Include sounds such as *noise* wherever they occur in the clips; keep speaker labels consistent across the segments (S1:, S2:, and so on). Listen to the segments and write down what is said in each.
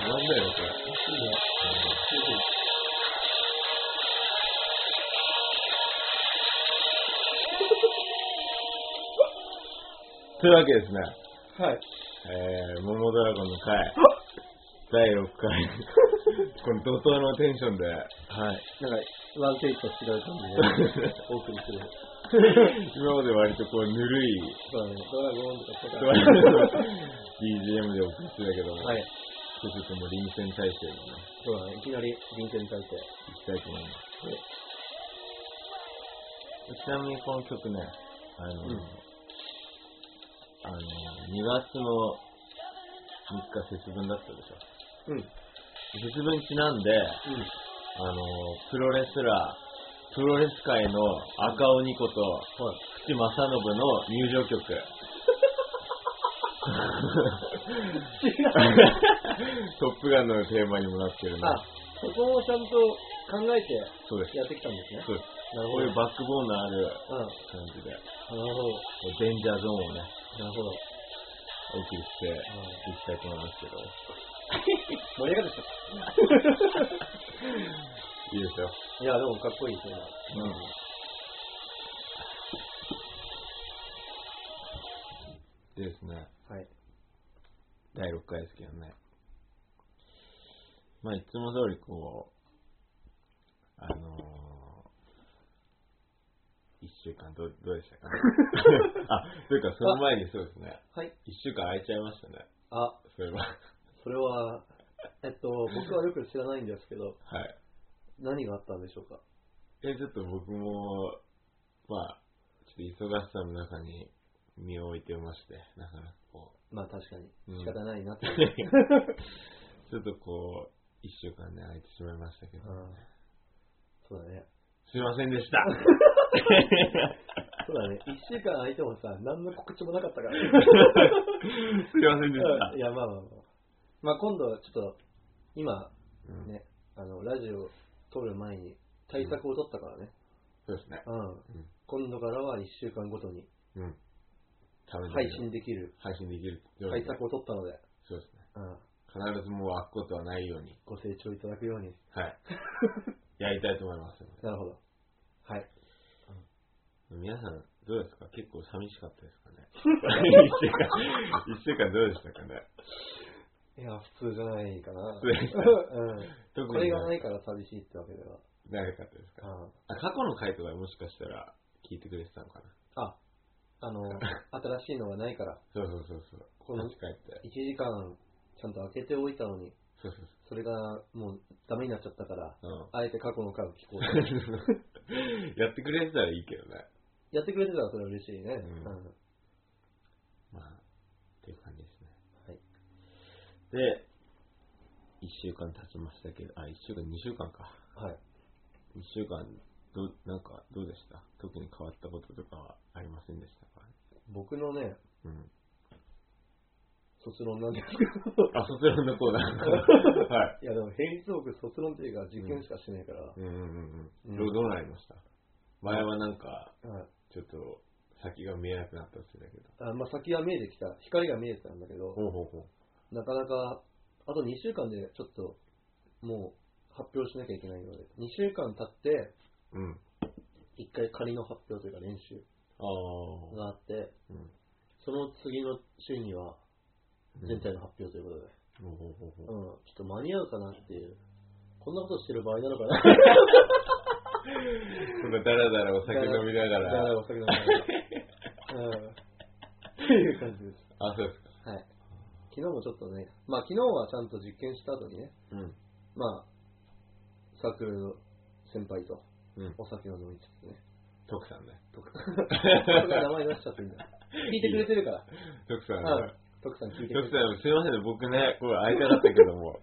S1: なんだよ、これ。 *laughs* というわけですね。
S2: はい。
S1: えー、桃ドラゴンの回、第6回。この怒涛のテンションで、はい。
S2: なんか、ワンテイクと違う感じで、お送りする。
S1: 今まで割とこう、ぬるい
S2: そうだね、ドラゴンとか、
S1: ド
S2: ド
S1: ラ
S2: ラ
S1: ゴン
S2: ゴン。
S1: の BGM でお送りしてたけども、
S2: はい。
S1: ちょっともう臨戦態勢でね、
S2: そうだね、いきなり臨戦態勢。
S1: いきたいと思います。ちなみにこの曲ね、あの、
S2: うん
S1: あの、2月の3日節分だったでしょ。
S2: うん。うん。
S1: 節分ちなんで、あの、プロレスラー、プロレス界の赤鬼こと、
S2: はい。
S1: 口正信の入場曲。 *laughs* トップガンのテーマにもなってるな。
S2: あ、そこをちゃんと考えて
S1: そうです。
S2: やってきたんですね。
S1: そうです。
S2: なる
S1: こ
S2: ほ
S1: う
S2: ど。
S1: いう
S2: うん。
S1: バックボーンのある
S2: なる
S1: 感じで、
S2: ほど。
S1: こうデンジャーゾーンをね、
S2: なるほど。
S1: お送りして
S2: うん
S1: いきたいと思いますけど。
S2: 盛り上がってき
S1: いいですよ。
S2: た。いや、でもかっこいいですね。
S1: うん。でですね、
S2: はい。
S1: 第6回ですけどね。まあ、いつも通りこう、あのー、1週間どうどうでした *laughs* かあ、というかその前にそうですね、
S2: はい。
S1: 1週間空いちゃいましたね、
S2: あ、
S1: そういえば。
S2: それは、えっと、僕はよく知らないんですけど、
S1: はい。
S2: 何があったんでしょうか。
S1: え、ちょっと僕も、まあ、ちょっと忙しさの中に身を置いてまして、なかなかこう、
S2: まあ確かに、
S1: うん
S2: 仕方ない *laughs* なって。
S1: ちょっとこう、1週間ね、空いてしまいましたけど、
S2: うんそうだね。
S1: すいませんで
S2: *laughs*
S1: した
S2: そうだね。一週間空いてもさ、何の告知もなかっ
S1: *laughs*
S2: たから。
S1: すいませんでした
S2: いや、まあまあまあ。まあ今度はちょっと、今、
S1: うん
S2: ね、あの、ラジオ撮る前に対策を取ったからね。
S1: そうですね。
S2: うん。
S1: ん
S2: 今度からは一週間ごとに
S1: うん。食べ
S2: 配信できる
S1: 配信できるように
S2: 対策を取ったので、
S1: そうですね。
S2: うん。
S1: 必ずもう開くことはないように、
S2: ご清聴いただくように。 *laughs*
S1: はい。やりたいと思いますので。
S2: なるほど。はい。
S1: 皆さん、どうですか結構寂しかったですか
S2: *laughs*
S1: ね一週間、一週間どうでしたかね
S2: いや、普通じゃないかな。
S1: 普通でした
S2: う
S1: 特 *laughs*
S2: ん。
S1: に
S2: これがないから寂しいってわけでは。
S1: 長かったですか
S2: うん。
S1: あ過去の回とかもしかしたら聞いてくれてたのかな
S2: あ、
S1: *laughs*
S2: あの、新しいのがないから、
S1: そうそうそうそう。
S2: この
S1: 立ち返って。
S2: 1時間ちゃんと開けておいたのに、
S1: そうそう
S2: それがもうダメになっちゃったから、
S1: そう。うん。
S2: あえて過去の回を聞こうと。
S1: *laughs* やってくれてたらいいけどね。
S2: やってくれてたらそれは嬉しいね。
S1: うん
S2: うん
S1: まあ、っていう感じですね。
S2: はい。
S1: で、1週間経ちましたけど、あ、1週間、2週間か。
S2: はい。
S1: 1週間、どうなんか、どうでした特に変わったこととかはありませんでしたか
S2: 僕のね、
S1: うん。
S2: 卒論なんですけど、 *laughs*
S1: あ、卒論のコーナー。 *laughs* はい。
S2: いやでも平日僕卒論っていうか受験しかしてないから、
S1: うんうんうん。う、
S2: うんん
S1: どうどうなりました前はなんか、
S2: はい
S1: ちょっと、先が見えなくなったって言ってたけど。
S2: あまあ、先は見えてきた、光が見えてたんだけど、
S1: ほうほうほう。
S2: なかなか、あと2週間でちょっと、もう発表しなきゃいけないので、2週間経って、
S1: うん。
S2: 1回仮の発表というか練習
S1: ああ。
S2: があって、
S1: うん。
S2: その次の週には
S1: うん
S2: 全体の発表ということで、
S1: ほうほうほうほう
S2: うん、ちょっと間に合うかなっていう、こんなことしてる場合なのかな
S1: そんなダラダラお酒飲みなが。
S2: だ *laughs* かららお酒飲みながら。 *laughs* うん。っていう感じです。
S1: あ、そうですか。
S2: はい。昨日もちょっとね、まあ昨日はちゃんと実験した後にね、
S1: うん。
S2: まあ、サークルの先輩と
S1: うん
S2: お酒を飲みつつね、
S1: 徳さんね。
S2: 徳さん。徳さん名前出しちゃっていいんだ。 *laughs* 聞いてくれてるから。
S1: *laughs* 徳さんね。
S2: うん。徳さん聞い
S1: 徳
S2: てくれ
S1: さ
S2: てる。
S1: ん、すいませんね、僕ね、これ相手だったけども。こ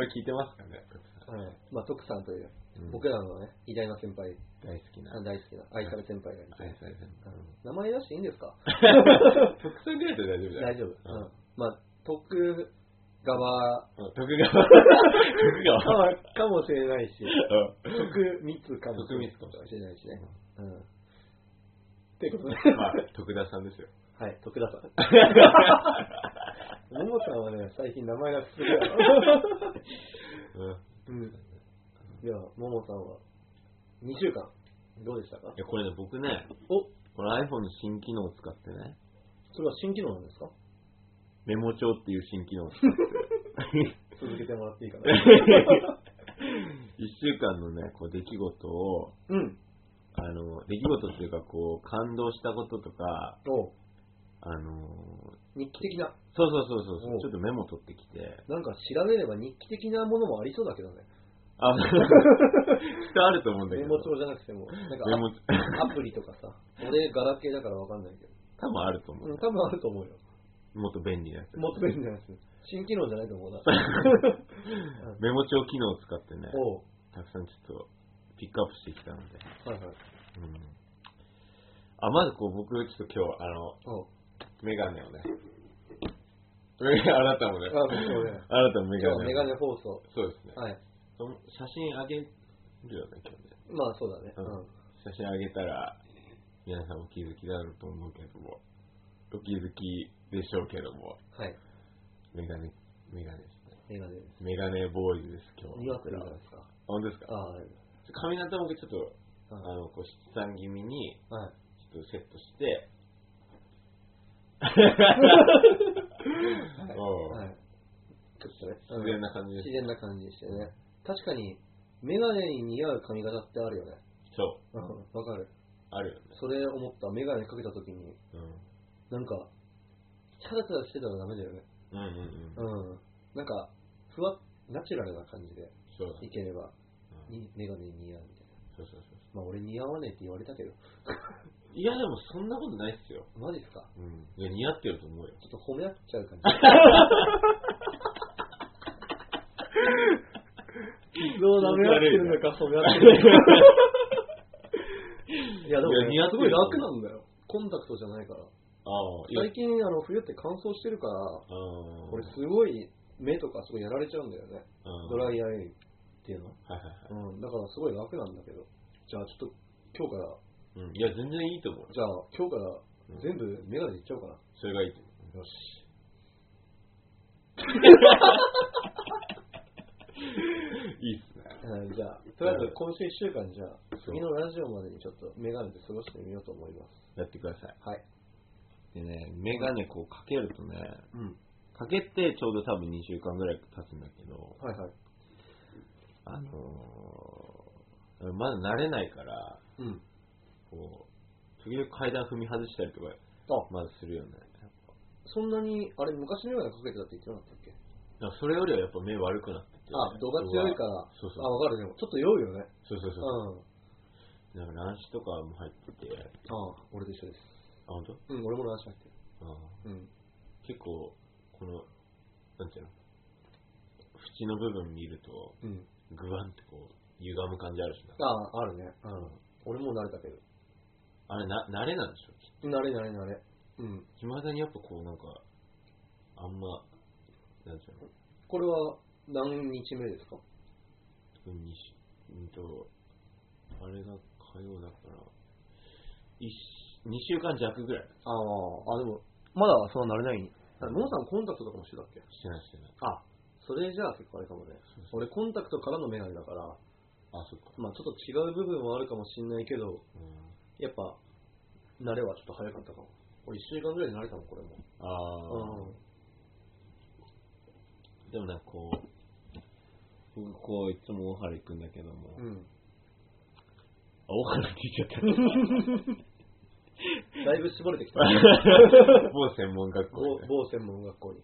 S1: れ聞いてますかね、徳さ
S2: うん。まあ徳さんという、
S1: ん。
S2: 僕らのね、偉大な先輩、
S1: 大好きな。
S2: 大好きな、愛され先輩がいて。
S1: 愛され先
S2: う
S1: 輩。
S2: ん名前出していいんですか
S1: 徳さんぐらいで大丈夫だ
S2: 大
S1: よ。
S2: 丈夫。う
S1: うん
S2: ん。まあ、徳 *laughs* 側
S1: うん徳川。徳
S2: か
S1: 川。
S2: かもしれないし、
S1: うん
S2: 徳密かもし
S1: 徳
S2: れない
S1: 光かもし
S2: しれないしね。うん。ということで。
S1: まあ、徳田さんですよ。
S2: *laughs* はい、徳田さ *laughs* ん。ももさんはね、最近名前がすごい。 *laughs*
S1: うん。
S2: うん。では、ももさんは、2週間、どうでしたか
S1: いや、これね、僕ね、
S2: お
S1: この iPhone の新機能を使ってね、
S2: それは新機能なんですか
S1: メモ帳っていう新機能を使って、
S2: 続けてもらっていいか *laughs*
S1: 1
S2: な。
S1: 週間のね、こう、出来事を、
S2: うん。
S1: あの、出来事っていうか、こう、感動したこととか、
S2: お
S1: あの、
S2: 日記的な。
S1: そうそうそうそうそ
S2: お
S1: う、ちょっとメモ取ってきて、
S2: なんか調べれば日記的なものもありそうだけどね。
S1: あ、きっとあると思うんだけ
S2: メ
S1: ど。
S2: モ帳じゃなくても、なん
S1: メモ
S2: か
S1: 帳、
S2: アアプリとかさ。俺、ガラケーだからわかんないけど。
S1: 多分あると思
S2: うん、
S1: う。
S2: 多分あると思うよ。
S1: もっと便利なやつ。
S2: もっと便利なやつ。新機能じゃないと思うな。
S1: *laughs* メモ帳機能を使ってね、
S2: おう
S1: たくさんちょっとピックアップしてきたので。
S2: はいはい。
S1: うんあ、まずこう僕、ちょっと今日、あの、
S2: おう
S1: メガネをね。メガネあなたもね。
S2: あ僕もね
S1: あなたもメ
S2: 今日
S1: ガ
S2: は
S1: ネ。
S2: メガネ放送。
S1: そうですね。
S2: はい。
S1: その写真あげるよね、今日ね。
S2: まあそうだね。
S1: う
S2: うんん。
S1: 写真あげたら、皆さんお気づきだろうと思うけども、お気づきでしょうけども、
S2: はい。
S1: メガネ、メガネですね。
S2: メガネです。
S1: メガネボーイズです、今日。
S2: ニワクリじゃ
S1: あ
S2: ないですか。
S1: 本当ですか
S2: ああ、はい。
S1: 髪型も僕ちょっと、あ
S2: は
S1: の、こう、七三気味に、
S2: い。はい
S1: ちょっとセット
S2: *laughs*
S1: して、おう
S2: はい。ちょっとね。
S1: 自然な感じです
S2: 自。然な感じでしてね。確かに、メガネに似合う髪型ってあるよね。
S1: そう、
S2: うん。わかる。
S1: あるよね。
S2: それ思った。メガネかけた時に、
S1: う
S2: なんか、チャラチャラしてたらダメだよね。
S1: ん。うんうんうん。
S2: うん。なんか、ふわっ、ナチュラルな感じで
S1: そうだ。
S2: いければ、
S1: うん
S2: にメガネに似合うみたいな。
S1: そうそうそうそ
S2: まあ俺似合わねえって言われたけど、
S1: う。いや、でもそんなことないっすよ。
S2: マジっすか
S1: うん。いや、似合ってると思うよ。
S2: ちょっと褒め合っちゃう *laughs* 感じ。傷を舐め合ってるのか、褒め合ってるのか。いや、でもね、
S1: いや似合って
S2: す
S1: る
S2: ご
S1: よ
S2: い楽なんだよ。コンタクトじゃないから。
S1: ああ、いや、
S2: 最近、あの、冬って乾燥してるから、
S1: ああ、
S2: 俺すごい目とかすごいやられちゃうんだよね。
S1: うん
S2: ドライアイっていうの。
S1: はいはいは
S2: うん、だからすごい楽なんだけど。じゃあちょっと今日から、
S1: い。うん。いや、全然いいと思うよ。
S2: じゃあ今日から全部メガネいっちゃおうかな。
S1: それがいいと思う。
S2: よし。
S1: いいっすね。
S2: うんじゃあ、とりあえず今週1週間じゃあ、次のラジオまでにちょっとメガネで過ごしてみようと思います。
S1: やってください。
S2: はい。
S1: でね、メガネこうかけるとね、
S2: うん。
S1: かけてちょうど多分2週間ぐらい経つんだけど、
S2: はいはい。
S1: あのー、まだ慣れないから、
S2: うん。
S1: こう、時々階段踏み外したりとか、
S2: あ、
S1: まずするよね。
S2: そんなに、あれ、昔のメガネかけてたって言ってなかったっけ
S1: だからそれよりはやっぱ目悪くなってて、
S2: あ、度が強いから。
S1: そうそう
S2: あ、わかる。でも、ちょっと酔うよね。
S1: そうそう
S2: う
S1: そう。な
S2: ん。
S1: んか乱視とかも入ってて、
S2: あ俺と一緒です。
S1: あ、ほんと
S2: うん、俺も乱視入って
S1: あ
S2: る。うん。
S1: 結構、この、なんていうの縁の部分見ると、
S2: うん。
S1: グワンってこう、歪む感じあるしな。
S2: あ、あるね。うん。俺もう慣れたけど。
S1: あれな、慣れなんでしょきっ
S2: 慣れ慣れ慣れ。うん。
S1: と。未だにやっぱこう、なんか、あんま、なんていうの
S2: これは、何日目ですか
S1: うんにし、うんと、あれが火曜だから、一週、2週間弱ぐらい。
S2: ああ、あ、でも、まだそんな慣れないに。あモンさんコンタクトとかもしてたっけ
S1: してないしてない。
S2: あ、それじゃあ結構あれかもね。俺コンタクトからのメガネだから、
S1: あ、そっか。
S2: まあちょっと違う部分はあるかもしんないけど、
S1: うん
S2: やっぱ、慣れはちょっと早かったかも。俺1週間ぐらいで慣れたもん、これも。
S1: ああ、でもなんかこう、僕こういつも大原行くんだけども、
S2: うん。うん。
S1: あ、大原って言っちゃっ *laughs*
S2: だいぶ絞れ *laughs* てきた。
S1: た。某専門学校
S2: 某
S1: にね
S2: 某専門学校に。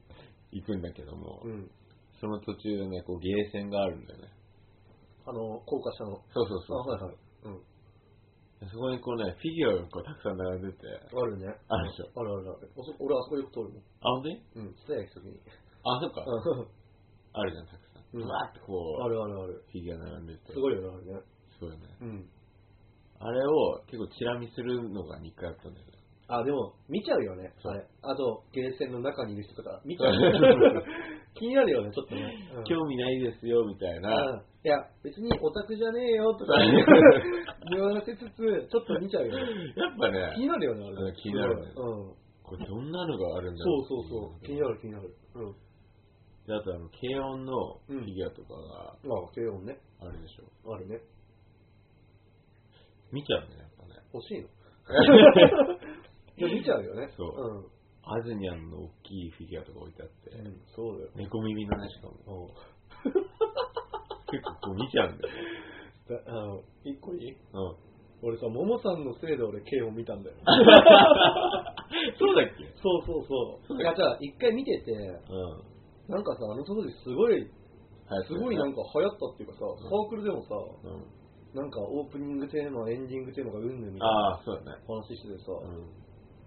S1: 行くんだけども、
S2: うん。
S1: その途中でね、こうゲーセンがあるんだよね。
S2: あの、高架下の。
S1: そうそう
S2: あ、
S1: そう。
S2: はいはい。うん。
S1: そこにこうね、フィギュアがこうたくさん並んでて、
S2: あるね。
S1: あるでしょ。
S2: あるあるある。おそ俺あそこよく通るもん。
S1: あ、ほんとに
S2: うん。伝え行くときに。
S1: あ、そっか。
S2: う
S1: あるじゃん、たくさん。
S2: うん
S1: うわーってこ
S2: ん。あ
S1: う、
S2: るあるある。
S1: フィギュア並んでて。
S2: すごいよね、あれね。
S1: そうよね。
S2: うん。
S1: あれを結構チラ見するのが日課だったんだよね。
S2: あ、でも、見ちゃうよね、
S1: そう
S2: あれ。あと、ゲーセンの中にいる人とか、見ちゃ
S1: そうう。
S2: *laughs* 気になるよね、ちょっとね。うん
S1: 興味ないですよ、みたいな。
S2: うんいや、別にオタクじゃねえよとか *laughs* 言わせつつ、ちょっと見ちゃうよね。
S1: やっぱ
S2: 気
S1: ね、
S2: になるよね、あ
S1: う
S2: れ。
S1: ん気になるね
S2: うん。そう
S1: これどんなのがあるんだろう
S2: そうそう。気になる気になる。うん。
S1: であとあの、軽音のフィギュアとかが
S2: まあ、軽音ね。
S1: あるでしょ。
S2: あるね。
S1: 見ちゃうね、やっぱね。
S2: 欲 *laughs* しいの *laughs* いや見ちゃうよね。
S1: そう
S2: うん。
S1: アズニャンの大きいフィギュアとか置いてあって、
S2: うん、そうだよ。
S1: 猫耳のね、しかも。結構こう見ちゃうんだよね。
S2: だあの、一個いい
S1: うん。
S2: 俺さ、ももさんのせいで俺、K を見たんだよ。
S1: そうだっけ
S2: そうそうそう。いや、じゃあ、一回見てて、
S1: うん。
S2: なんかさ、あの当時すごい、
S1: はい
S2: すごいなんか流行ったっていうかさ、
S1: ん
S2: サークルでもさ、
S1: うん。
S2: なんかオープニングテーマ、エンディングテーマがうんぬんみたいな
S1: ああ、そうだね。
S2: 話しててさ、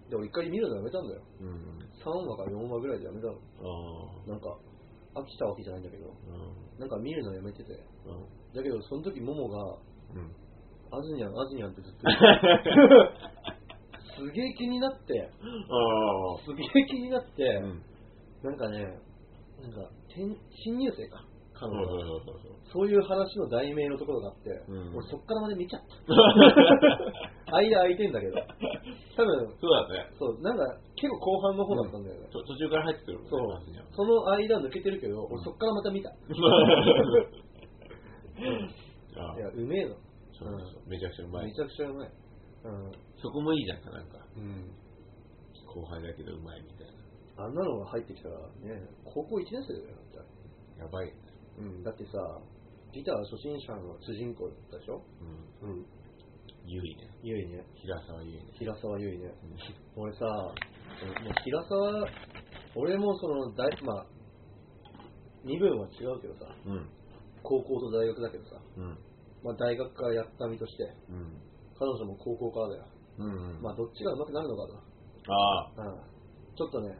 S2: で、俺一回見るのやめたんだよ。
S1: うん。うん。
S2: 3話か4話ぐらいでやめたの。
S1: あ
S2: なんか、飽きたわけじゃないんだけど、
S1: あ。う
S2: なんか見るのやめてて。
S1: ん。
S2: だけど、その時、ももが、
S1: うん。
S2: アズニャン、アズニャンってずっと *laughs* 言ってすげえ気になって、
S1: あ
S2: すげえ気になって、
S1: あ。うん。
S2: なんかね、なんか、転新入生か、彼
S1: そう
S2: 女
S1: そう
S2: が。
S1: そうそう。
S2: そういう話の題名のところがあって、
S1: うん
S2: 俺そっからまで見ち
S1: *laughs*
S2: ゃった。間空いてんだけど。多分、
S1: そうだね。
S2: そう、なんか、結構後半の方だったんだよね。
S1: と途中から入ってくるもんね。
S2: そう
S1: マジに
S2: その間抜けてるけど、俺そっからまた見た。
S1: ああ
S2: い。や、うめえの。
S1: そうそうそう。めちゃくちゃうま
S2: め
S1: い。
S2: ちゃくちゃうまい。
S1: そこもいいじゃんか、なんか。
S2: うん。うん。
S1: 後輩だけどうまいみたいな。
S2: あんなのが入ってきたらね、高校1年生だよ、だって。
S1: やばいよね。
S2: うん、だってさ、ギター初心者の主人公だったでしょ
S1: うん。
S2: うん。
S1: ゆいね。
S2: ゆいね。
S1: 平沢ゆいね。
S2: 平沢ゆいね。俺さ、そのもう平沢、俺もその大、まあ、身分は違うけどさ、
S1: うん。
S2: 高校と大学だけどさ、
S1: うん。
S2: まあ大学からやった身として、
S1: うん。
S2: 彼女も高校からだよ。
S1: うん。
S2: まあどっちが上手くなるのか
S1: ああ。
S2: な。うん。ちょっとね、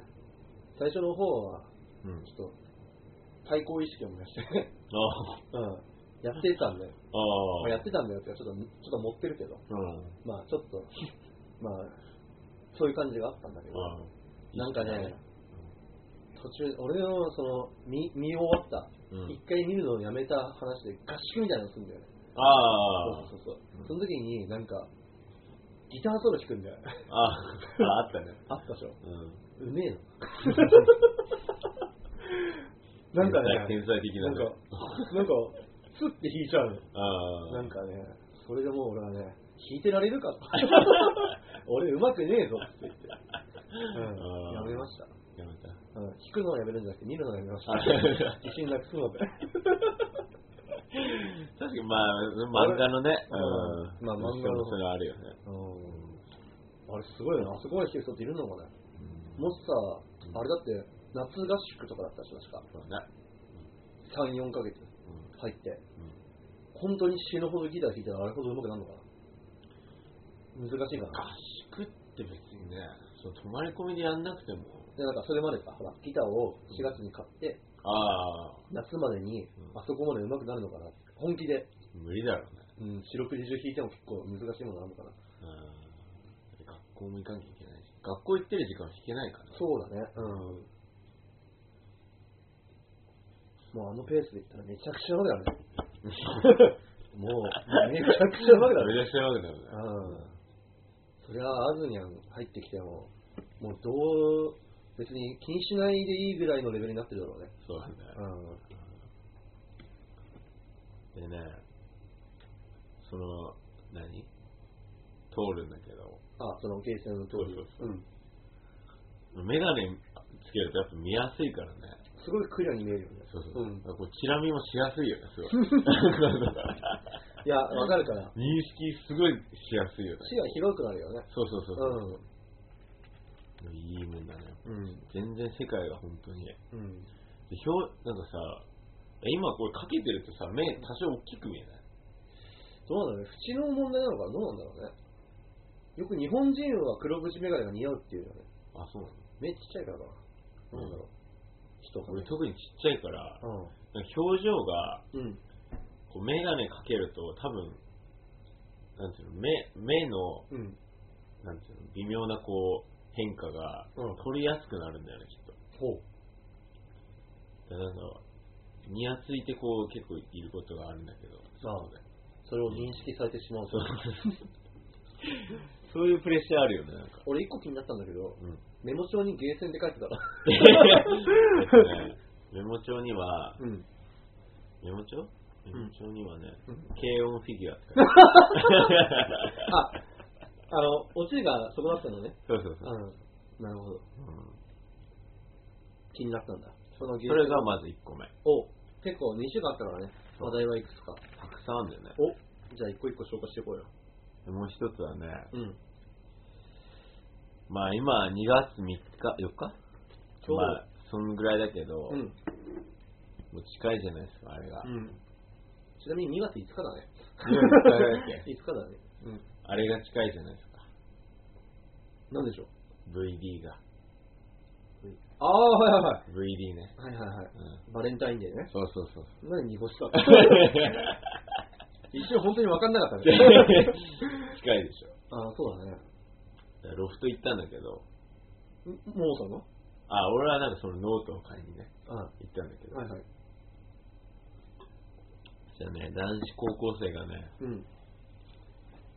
S2: 最初の方は、
S1: うん。
S2: ちょっと、対抗意識を燃やして、
S1: あ
S2: *laughs* うん。やってたんだよ。
S1: あ。あ
S2: ま
S1: あ。
S2: あやってたんだよっていうかちょっと、ちょっと持ってるけど。
S1: うん。
S2: まあちょっと、 *laughs* まあ、そういう感じがあったんだけど、
S1: ああ。
S2: なんかね、途中、俺のその見見終わった、
S1: うん。
S2: 一回見るのをやめた話で合宿みたいなのするんだよね。
S1: ああ。
S2: そうそうそう
S1: うん
S2: その時に、なんか、ギターソロ弾くんだよ。
S1: ああ、あったね。
S2: あったでしょ。
S1: うん。
S2: うめえ *laughs* な。なんかね、
S1: 天才的
S2: な
S1: なんね。
S2: か、なんか、スッて弾いちゃうの。
S1: ああ。
S2: なんかね、それでもう俺はね、弾いてられる *laughs* かと。俺上手くねえぞって言って。うん、や
S1: あー
S2: めました。
S1: やめた。
S2: うん、弾くのをやめるんじゃなくて、見るのをやめました
S1: あ。
S2: 自信なくすので。
S1: 確かにまあ、漫画のね、
S2: うんまあ漫画の
S1: それはあるよね。
S2: うん。あれすごいよな。あそこまで弾ける人っているのかね。もし
S1: うん
S2: さ、あれだって、夏合宿とかだった人しか、
S1: そうね。
S2: 3、4ヶ月
S1: うん
S2: 入って
S1: うん、
S2: 本当に死ぬほどギター弾いたらあれほど上手くなるのかな。難しいか
S1: 合
S2: な。
S1: 宿って別にね、その泊まり込みでやんなくても、
S2: で、なんかそれまでさ、ほら、ギターを4月に買って、
S1: ああ、
S2: 夏までに
S1: うん
S2: あそこまで上手くなるのかな本気で、
S1: 無理だろうね。
S2: うん、四六時中弾いても結構難しいものなのかな
S1: うん学校も行かなきゃいけないし、学校行ってる時間は引けないから。
S2: そうだねうんもうあのペースでいったらめちゃくちゃ上手だねもうめちゃくちゃ上手だ
S1: め
S2: ね
S1: ちゃくちゃ上手くなるね。
S2: うんそりゃあアズニャン入ってきてももうどう別に気にしないでいいぐらいのレベルになってるだろうね
S1: そうなんだよ。でね、その、何通るんだけど、
S2: うんあそのゲーセンの通り
S1: そう
S2: うん
S1: メガネつけるとやっぱ見やすいからね。
S2: すごいクリアに見えるよね
S1: そうそう。
S2: ん
S1: だからこうチラ見もしやすいよね、 *laughs* すごい。
S2: いやわかるから
S1: 認識すごいしやすいよね。
S2: 視野広くなるよね
S1: そうそうそうそう。
S2: う
S1: いいもんだね。
S2: ん。
S1: 全然世界が本当に。で
S2: うん。
S1: 表、なんかさ、え今これかけてるとさ、目多少大きく見えない
S2: どうなんだろうね。縁の問題なのかどうなんだろうね。よく日本人は黒縁メガネが似合うっていうよね。
S1: あ、そうなの
S2: 目ちっちゃいからかな。なんだろう。人が
S1: 俺
S2: ね。
S1: 特にちっちゃいから、なんか表情が
S2: うん。うん。
S1: こうメガネかけると多分なんていうの目目の
S2: うん。
S1: なんていうの微妙なこう変化が
S2: うん
S1: 取りやすくなるんだよねきっと
S2: ほう。
S1: だやなんだろう、にやついてこう結構いることがあるんだけど、そうだよ
S2: それを認識されてしまうと。
S1: *laughs* そういうプレッシャーあるよね、なんか。
S2: *laughs* 俺一個気になったんだけど、
S1: うん。
S2: メモ帳にゲーセンって書いて *laughs* たら。
S1: えっとねメモ帳には、
S2: うん。
S1: メモ帳メモ帳にはね、
S2: うん
S1: 軽音フィギュアって *laughs* 書いてある
S2: あ、あの、オチがそこだったのね。
S1: そうそうそう。
S2: うん。なるほど。
S1: うん
S2: 気になったんだ。そのゲー
S1: そ
S2: セ
S1: れ
S2: ン
S1: がまず1個目。
S2: を、結構2週間あったからね。話題はいくつか。
S1: たくさんあるんだよね。
S2: お、じゃあ一個一個紹介していこうよ。
S1: もう一つはね、
S2: うん。
S1: まあ今2月3日、4日
S2: ちょうど
S1: まあ、そんぐらいだけど、
S2: う
S1: も
S2: ん。
S1: う近いじゃないですか、あれが。
S2: うん。ちなみに2月5日だね。
S1: 5
S2: 5日だね。うん。
S1: あれが近いじゃないですか、
S2: なんでしょう
S1: VD が。
S2: ああ、はいはいは
S1: VD ね。
S2: い。はいはいはい。
S1: うん、
S2: バレンタインデーね。
S1: そうそうそう。
S2: 何濁したの *laughs* 一瞬本当に分かんなかった *laughs* ね。
S1: 近いでしょ。
S2: ああ、そうだね。
S1: だからロフト行ったんだけど、
S2: んもうその
S1: あ、俺はなんかそのノートを買いにね、
S2: あは
S1: 行ったんだけど、
S2: いはい。
S1: じゃあね、男子高校生がね、
S2: うん。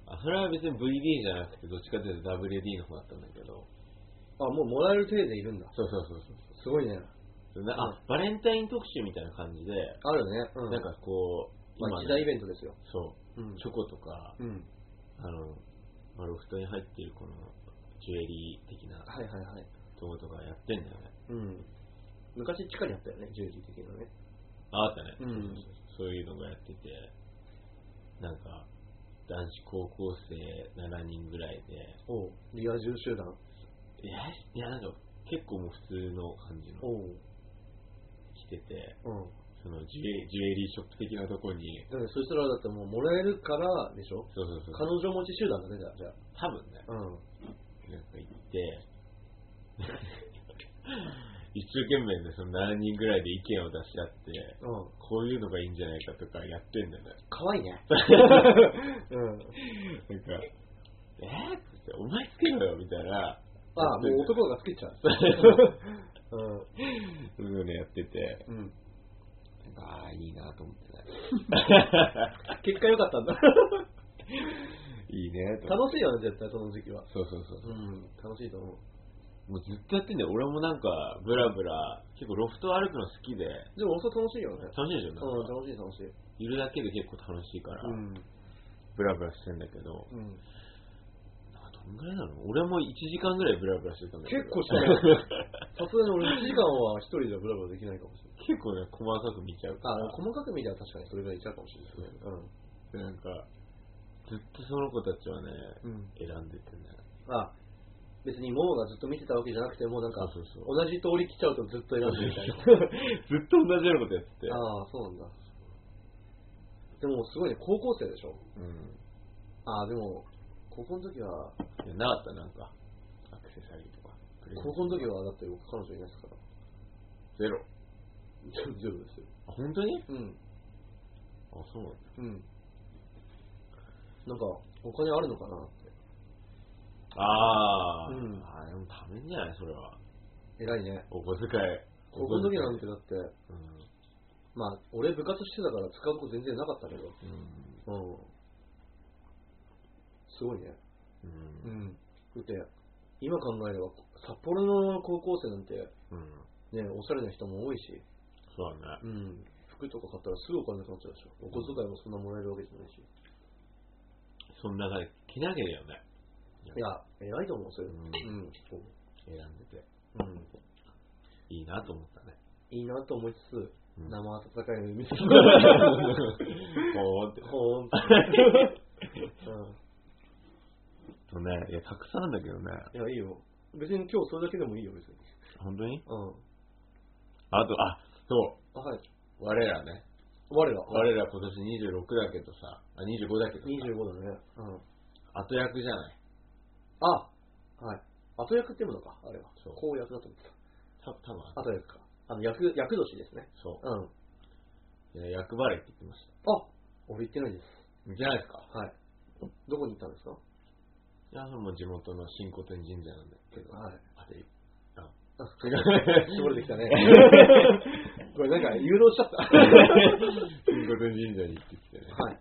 S1: あそれは別に VD じゃなくて、どっちかというと WD の方だったんだけど、
S2: あ、もうもらえる体でいるんだ。
S1: そうそうそうそう
S2: すごいね。
S1: そうなあ、バレンタイン特集みたいな感じで、
S2: あるね。うん。
S1: なんかこう、
S2: まあ、
S1: ね
S2: 時代イベントですよ。
S1: そうう、
S2: ん
S1: チョコとか、
S2: うん。
S1: あの、まあ、ロフトに入ってるこの、ジュエリー的な
S2: はいはいはい。
S1: とことかやってんだよね。
S2: うん。昔地下にあったよね、十時的なね。
S1: ああったね、
S2: うん
S1: そうそうそうそういうのがやってて、なんか、男子高校生7人ぐらいで、
S2: おう。リア充集団。
S1: いや、いやなんか、結構もう普通の感じの
S2: おう。
S1: 着てて、
S2: うん。
S1: そのジュエジュエリーショップ的なとこに、
S2: だからそいつらだってもうもらえるからでしょ
S1: そうそうそ
S2: 彼
S1: う、
S2: 女持ち集団だね、じゃあ。じゃ
S1: 多分ね、
S2: あうん。
S1: なんか行って、 *laughs* 一生懸命ね、その7人ぐらいで意見を出し合って、
S2: うん。
S1: こういうのがいいんじゃないかとかやってんだよね。
S2: 可愛いね。 *laughs* うん。
S1: なんか、えーって言って、お前つけろよみたいな。
S2: ああ、も
S1: やっ
S2: う
S1: てんだよ
S2: 男がつけちゃう。 *laughs*
S1: そういうのやってて、
S2: うん。うん。
S1: なんか、ああ、いいなと思って
S2: *laughs*
S1: ね。
S2: 結果良かったんだ。
S1: いいねと思って。
S2: 楽しいよね、絶対その時期は。
S1: そうそうそう。
S2: うん。楽しいと思う。
S1: もうずっとやってんだよ。俺もなんか、ブラブラ、結構ロフト歩くの好きで、
S2: でも、それ楽しいよね。
S1: 楽しいでしょ
S2: う
S1: なん
S2: ん、
S1: か
S2: 楽しい楽しい。
S1: いるだけで結構楽しいから、
S2: うん。
S1: ブラブラしてんだけど、
S2: うん。
S1: あどんぐらいなの俺も1時間ぐらいブラブラしてたんだけど。
S2: 結構したね。さすがに俺1時間は一人じゃブラブラできないかもしれない。
S1: *laughs* 結構ね、細かく見ちゃうから。
S2: あ、細かく見たら確かにそれぐらいいっちゃうかもしれないです
S1: で
S2: ね。
S1: なんか、ずっとその子たちはね、
S2: うん。うん。
S1: 選んでてね。
S2: あ、別にモーがずっと見てたわけじゃなくて、もうなんか、
S1: そうそうそう
S2: 同じ通り来ちゃうとずっと選んでみた *laughs* いな。
S1: *laughs* ずっと同じようなことやってて。
S2: ああ、そうなんだ。でも、すごいね、高校生でしょ
S1: うん。
S2: ああ、でも、高校の時は、
S1: でなかった、なんか、アクセサリーとか。プレゼント
S2: 高校の時はだって僕彼女いないですから。 *laughs*
S1: ゼロ。
S2: ゼロですよ。
S1: あ、本当に
S2: うん。
S1: あ、そうなんだ。
S2: うん。なんか、お金あるのかなって。
S1: あー、
S2: うん
S1: あーでもためんじゃないそれは。
S2: 偉いね。
S1: お小遣い。
S2: 高校の時
S1: お
S2: な
S1: 小遣
S2: んて
S1: い
S2: だって、
S1: うん。
S2: まあ、俺部活してたから使うとこ全然なかったけど。
S1: うん。
S2: うん。すごいね。
S1: うん。
S2: ん。だって、今考えれば、札幌の高校生なんて、
S1: うん。
S2: ね、おしゃれな人も多いし、
S1: そうだね。
S2: うん。服とか買ったらすぐお金なくなっちゃうでしょ。お小遣いもそんなもらえるわけじゃないし。
S1: その中で着なきゃだよね。
S2: いや、偉いと思う、それ。
S1: うん
S2: うん。
S1: 選んでて。
S2: うん。
S1: いいなと思った *laughs* ね。
S2: いいなと思いつつ、
S1: うん
S2: 生温かいの見
S1: *laughs*
S2: せて
S1: ほ *laughs* ーんって。
S2: ほーん。
S1: とね、いや、たくさんあるんだけどね。
S2: うん。いや、いいよ。別に今日それだけでもいいよ、別に。
S1: 本当に
S2: うん。
S1: あと、あ、そ
S2: あ、はい。
S1: う。我らね。
S2: 我ら。
S1: 我ら今年26だけどさ、あ、25だけどさ、
S2: 25だね。うん。
S1: 後役じゃない。
S2: あはい。後役っていうものか、あれは。
S1: そう
S2: 公役だと思って
S1: た多分
S2: た。後役か。あの、役、役年ですね。
S1: そ
S2: うん。あ、
S1: う。いや役払いって言ってました。
S2: 俺行ってないです。
S1: じゃないですか。
S2: はい。どこに行ったんですか
S1: いや、もう地元の新古典神社 *laughs* なんだけど、
S2: はい。 *laughs*
S1: あれ、
S2: あ、絞れてきたね。これなんか誘導しちゃった。
S1: 新古神社に行ってきてね。
S2: *laughs* はい。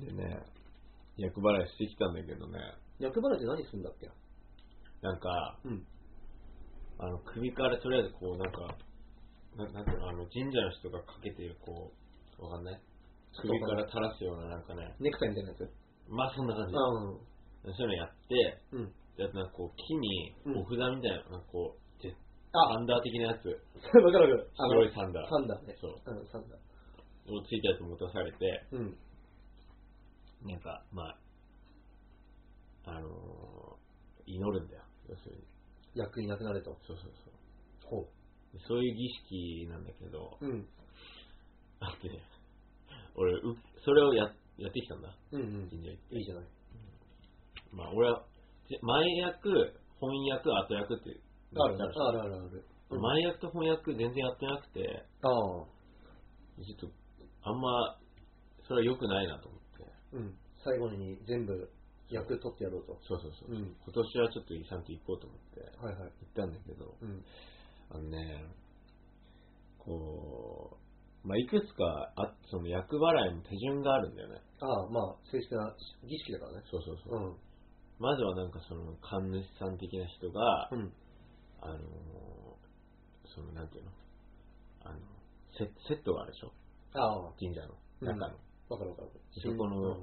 S1: でね、厄払いしてきたんだけどね、
S2: 役払いって何するんだっけ
S1: なんか、
S2: うん。
S1: あの、首からとりあえずこう、なんか、ななんていうの、あの、神社の人がかけてる、こう、わかんない首から垂らすような、なんかね、
S2: ネクタイみたいなやつ
S1: まあそんな感じ。
S2: う
S1: そういうのやって、
S2: ん。うん。
S1: であとなんかこう、木に、
S2: うん
S1: お札みたいな、なんかこう、で
S2: あ
S1: サンダー的なやつ、
S2: わかるわかる。あ
S1: 白いサンダー。
S2: サンダーね。
S1: そう。
S2: うん、サンダー。
S1: をついたやつ持たされて、
S2: うん。
S1: なんか、まあ、あのー、祈るんだよ。要するに。
S2: 役になくなれと。
S1: そうそうそう。
S2: ほ
S1: でそういう儀式なんだけど、
S2: う。うん。
S1: あってね、俺、うそれをややってきたんだ、
S2: うんうん。
S1: 神社行って。
S2: いいじゃない。
S1: まあ、俺は、ぜ前役、翻訳、後役っていう。
S2: あるあるあるあるある。うん
S1: 前役と翻訳全然やってなくて、
S2: あ
S1: ち
S2: あ。
S1: ょっと、あんま、それは良くないなと思って。
S2: うん。最後に全部役取ってやろうと。
S1: そうそうそう。
S2: うん
S1: 今年はちょっとちゃんと行こうと思って、
S2: はいはい。
S1: 行ったんだけど、
S2: うん。
S1: あのね、こう、まあ、いくつかあ、その役払いの手順があるんだよね。
S2: ああ、まあ、正式な儀式だからね。
S1: そうそうそうう。
S2: ん。
S1: まずはなんかその、神主さん的な人が、
S2: うん。
S1: あのー、その、なんていうのあの、セセットがあるでしょ
S2: ああ、わ
S1: 神社の
S2: うん
S1: 中の。
S2: かるわかる。
S1: そこの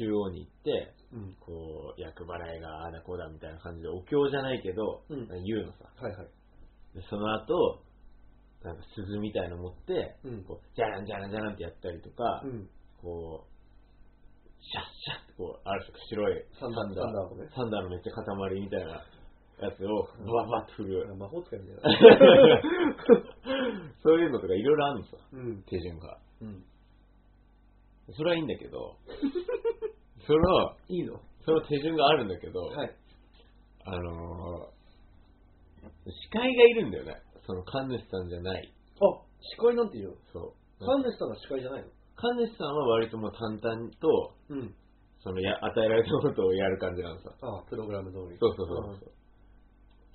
S1: 中央に行って、
S2: うん。うん。
S1: こう、厄払いがああだこうだみたいな感じで、お経じゃないけど、
S2: うん
S1: なんか言うのさ。
S2: はいはい。
S1: で、その後、なんか鈴みたいの持って、
S2: うん
S1: こう、じゃらんじゃらんじゃらんってやったりとか、
S2: うん。
S1: こう、シャッシャッってこう、ある白い
S2: サンダーサンダーをね
S1: サンダーのめっちゃ塊みたいなやつを、
S2: うん
S1: バババッと振る。
S2: 魔法使いみたいな。
S1: *laughs* そういうのとかいろいろあるのさ、
S2: うん。
S1: 手順が。
S2: うん。
S1: それはいいんだけど、その、
S2: いいの
S1: その手順があるんだけど、
S2: はい。
S1: あのー、司会がいるんだよね。その神主さんじゃない。
S2: あ、司会なんて言うの
S1: そう。
S2: 神主さんが司会じゃないの
S1: 神主さんは割ともう淡々と、
S2: うん。
S1: そのや与えられたことをやる感じなのさ。
S2: ああ、プログラム通り。
S1: そうそうそうそ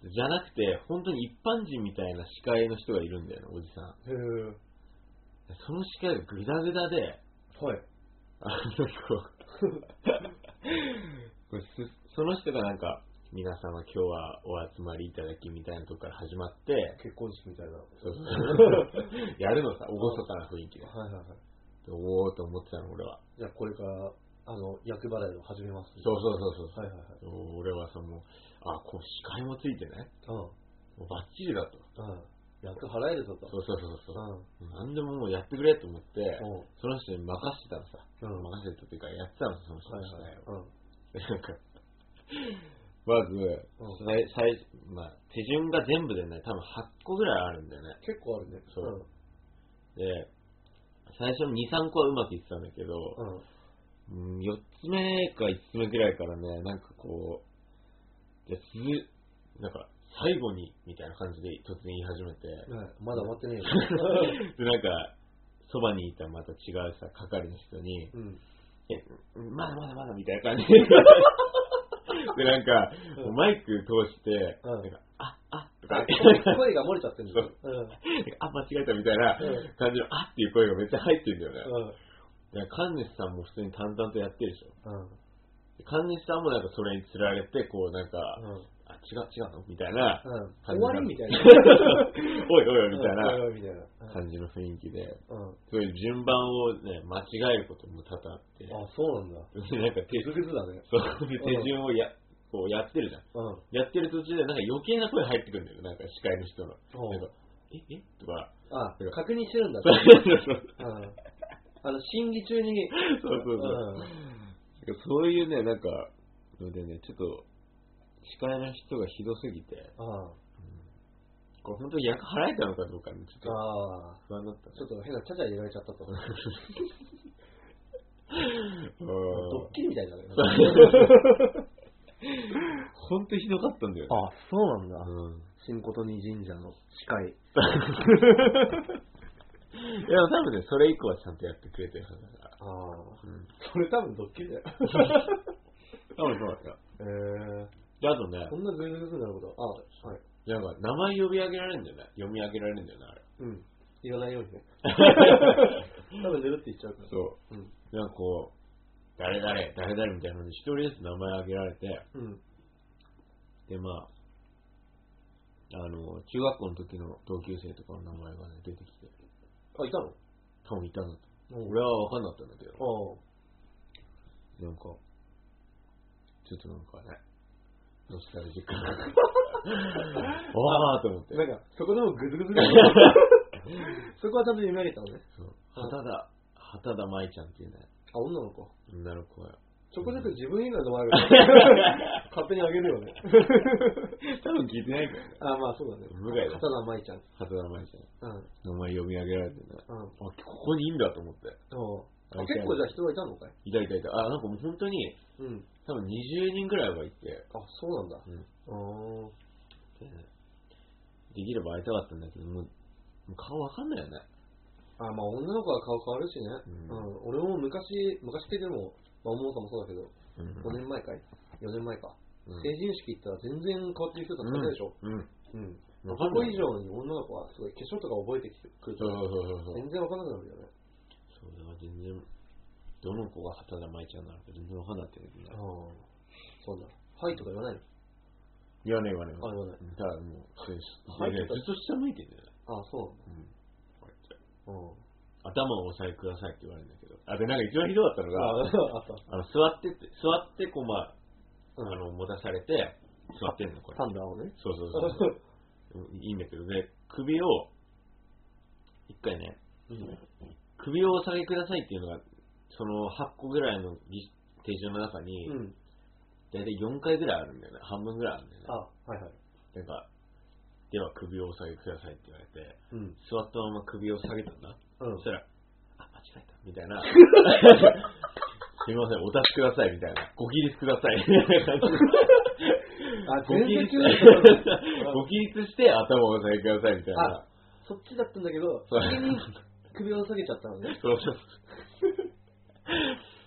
S1: う。じゃなくて、本当に一般人みたいな司会の人がいるんだよね、おじさん。
S2: うん。へえ。
S1: その司会がグダグダで、
S2: はい。
S1: あの、こうこれすその人がなんか、皆様今日はお集まりいただきみたいなとこから始まって、
S2: 結婚式みたいな。は
S1: そう
S2: *laughs*
S1: そうそうやるのさ、厳かな雰囲気
S2: い
S1: が。
S2: はいはい。
S1: おーと思ってたの、俺は。
S2: じゃあこれから、あの、役払いを始めます。
S1: そうそうそうそう。
S2: はいはいはい。
S1: 俺はその、あ、こう司会もついてね。
S2: う
S1: もうバッチリだと。
S2: ん。うん。役払えるぞと。
S1: そうそうそうそう。
S2: うん。
S1: 何でももうやってくれと思って、
S2: おう
S1: その人に任せてたのさ。
S2: うん
S1: 任せてたっていうか、やってたのさ、その人
S2: は
S1: の
S2: いはい
S1: 司会を。
S2: うん。
S1: *laughs* でなんか、まず、
S2: うん
S1: 最最まあ、手順が全部でね、多分8個ぐらいあるんだよね。
S2: 結構あるね。
S1: そうで、最初の2、3個はうまくいってたんだけど、
S2: うん。うん。
S1: うん、4つ目か5つ目ぐらいからね、なんかこう、じゃあ続なんか、最後に、みたいな感じで突然言い始めて、
S2: ねまだ終わってねえよ。
S1: で、なんか、そばにいたまた違うさ、係の人に、
S2: うん。
S1: え、まだまだまだみたいな
S2: *laughs*
S1: 感じで。で、なんか、
S2: うん
S1: マイク通して、
S2: うん
S1: なんか、あ、あ、とか、
S2: あ声が漏れちゃってるんだよ。うん。
S1: あ、間違えたみたいな
S2: うん
S1: 感じの、あっていう声がめっちゃ入ってるんだよね。
S2: うん。
S1: で神主さんも普通に淡々とやってるでしょ。
S2: うん。
S1: で神主さんもなんかそれにつられて、こうなんか、
S2: うん。
S1: あ、違う違うのみたいな
S2: うん。
S1: 感
S2: 終
S1: じ
S2: わりみたいな。
S1: *laughs* おいおいおいみたい
S2: うん
S1: な
S2: 終わりみたいな。
S1: 感じの雰囲気で、
S2: うん。うん
S1: そういう順番をね、間違えることも多々あって、
S2: あ、そうなんだ。
S1: でなんか手
S2: グズグズだね。
S1: そうで手順をや、こうやってるじゃん。
S2: うん。
S1: やってる途中でなんか余計な声入ってくるんだよ、なんか司会の人の。
S2: ほう
S1: なんかええとか。
S2: あ、確認してるん
S1: *laughs*
S2: だ
S1: そう
S2: ね。
S1: そうそう
S2: うん。あの、審議中に。
S1: そうそうそうそういうね、なんか、のでね、ちょっと、司会の人がひどすぎて、
S2: うん。
S1: これ本当に役払えたのかどうかね、ちょっと
S2: ああ。
S1: 不安だったね
S2: ちょっと変なちゃちゃ入れられちゃったと。
S1: う
S2: ド
S1: ん
S2: ッキリみたいだね。
S1: 本当にひどかったんだよね。
S2: あ、そうなんだ
S1: うん
S2: 新琴に神社の司会。
S1: いや、多分ね、それ以降はちゃんとやってくれてるはずだから。
S2: ああ。
S1: うん。
S2: それ多分ドッキリだ *laughs* よ。
S1: 多分そうだった。
S2: ええ
S1: で、あとね
S2: こ、んなグズグズになることあ、はい。
S1: やばい。名前呼び上げられるんだよね。読み上げられるんだよね、あれ。
S2: うん。言わないよ *laughs* うにね。多分ぬるって言っちゃうから。。
S1: *laughs* そう
S2: うん。
S1: う。なんかこう、誰々、誰々みたいなのに一人ずつ名前挙げられて、
S2: うん。
S1: で、まあ、あの、中学校の時の同級生とかの名前がね、出てきて、
S2: あ、いたの
S1: 多分いたんだと。
S2: うん
S1: 俺は分かんなかったんだけど、
S2: ああ。
S1: なんか、ちょっとなんかね、ノスタルジックな。 *laughs* わーと思 *laughs* って。
S2: なんか、そこでもグズ *laughs* グズで。そこは多分夢入れたのね。
S1: そう。畑田、畑田舞ちゃんっていうね、
S2: あ、女の子。
S1: 女の子 *laughs* が。
S2: ちょこちょこ自分以外の *laughs* 前から。勝手にあげるよね。
S1: 多分聞いてないからね。
S2: あ、まあそうだね。
S1: 無害だ
S2: 片田舞ちゃん。
S1: 畑田舞ち
S2: うん。
S1: ゃん。名前読み上げられてね。
S2: うん。
S1: あ、ここにいいんだと思って。
S2: そうあ
S1: あいた
S2: 結構じゃあ人がいたのかい
S1: いたいたいた。あ、なんかもう本当に、
S2: うん。
S1: 多分20人ぐらいはいて、
S2: あ、そうなんだ。
S1: うん
S2: うん。
S1: でねできれば会いたかったんだけど、もう、もう顔わかんないよね。
S2: あ、まあ女の子は顔変わるしね。
S1: う
S2: うんん。俺も昔、昔ってでも、まあ、思うかもそうだけど、
S1: う
S2: 5年前かい ?4 年前か。
S1: うん
S2: 成人式行ったら全然変わってる人たちいたでしょ。
S1: うん。うん
S2: うん。
S1: わかん
S2: 男
S1: ない
S2: 以上に女の子はすごい化粧とか覚えてきてくる
S1: そう
S2: と、
S1: そうそうそうそう。
S2: 全然わかんなくなるよね。
S1: そうだから全然どの子が畑田舞ちゃんなのか全然わかんなくてね
S2: ああ。そうだ。はいとか言わないの
S1: 言わない言わない
S2: あ、言わない。
S1: うんただもうそれ
S2: 入
S1: ね
S2: ってた
S1: ずっと下向いてんだよね、
S2: あ、そうなんだ。
S1: うん、
S2: うん。
S1: 頭を押さえくださいって言われるんだけどあでなんか一番ひどかったのがあの
S2: あ、あった。
S1: 座ってって座ってこうまあ
S2: うん
S1: あの持たされて座ってんのこれ
S2: パンダをね。
S1: そうそうそうそういいんだけどね首を一回ね
S2: うん。
S1: 首をお下げくださいっていうのがその8個ぐらいの儀手順の中に、
S2: うん。
S1: 大体4回ぐらいあるんだよね半分ぐらいあるんだよね
S2: あ、はいはい。
S1: なんか、では首をお下げくださいって言われて、
S2: うん。
S1: 座ったまま首を下げたんだ。
S2: うん
S1: そしたら、あ、間違えた、みたい
S2: *laughs*
S1: な。すみません、お達しください、みたいな。ご起立くださ
S2: *laughs*
S1: い、みたいな感じで。
S2: あ、
S1: ご
S2: 全
S1: 起
S2: 然
S1: 立
S2: 違う。
S1: ご起立して頭をお下げください、みたいな
S2: あ。、そっちだったんだけど、
S1: そう
S2: 先に首を下げちゃったのね。
S1: そうそう。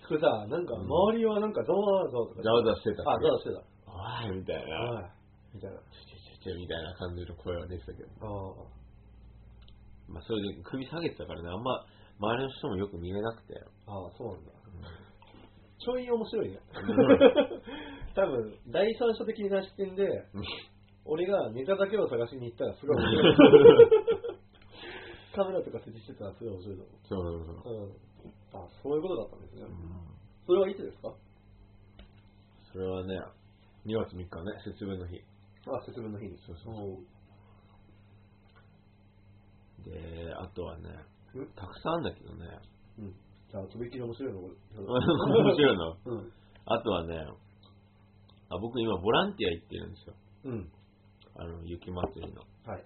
S2: それさ、なんか周りはなんかざわざわとか。
S1: ざわざわしてた。
S2: あ、ざわしてた。
S1: おい、みたいな。
S2: はい。みたいな。あ
S1: ちょちょちょちょみたいな感じの声は出てたけど。
S2: あ。
S1: まあ、それで首下げてたからね、あんま周りの人もよく見えなくて。
S2: ああ、そうなんだ。ちょい面白いね。 *laughs* 多分、第三者的な視点で、俺がネタだけを探しに行ったらすごい面白い。
S1: *laughs*
S2: カメラとか設置してたらすごい面白いと
S1: そうそうそう。
S2: 思う。うん。あ、そういうことだったんですね。
S1: うん
S2: それはいつですか
S1: それはね、2月3日ね、節分の日。
S2: あ、節分の日に。
S1: そうそうそで、あとはね
S2: うん、
S1: たくさんあるんだけどね、
S2: う。うん。じゃあ、とびっきり面白いのこれ。
S1: *laughs* 面白いの。
S2: うん。
S1: あとはね、あ僕今ボランティア行ってるんですよ。
S2: うん。
S1: あの、雪祭りの。
S2: はい。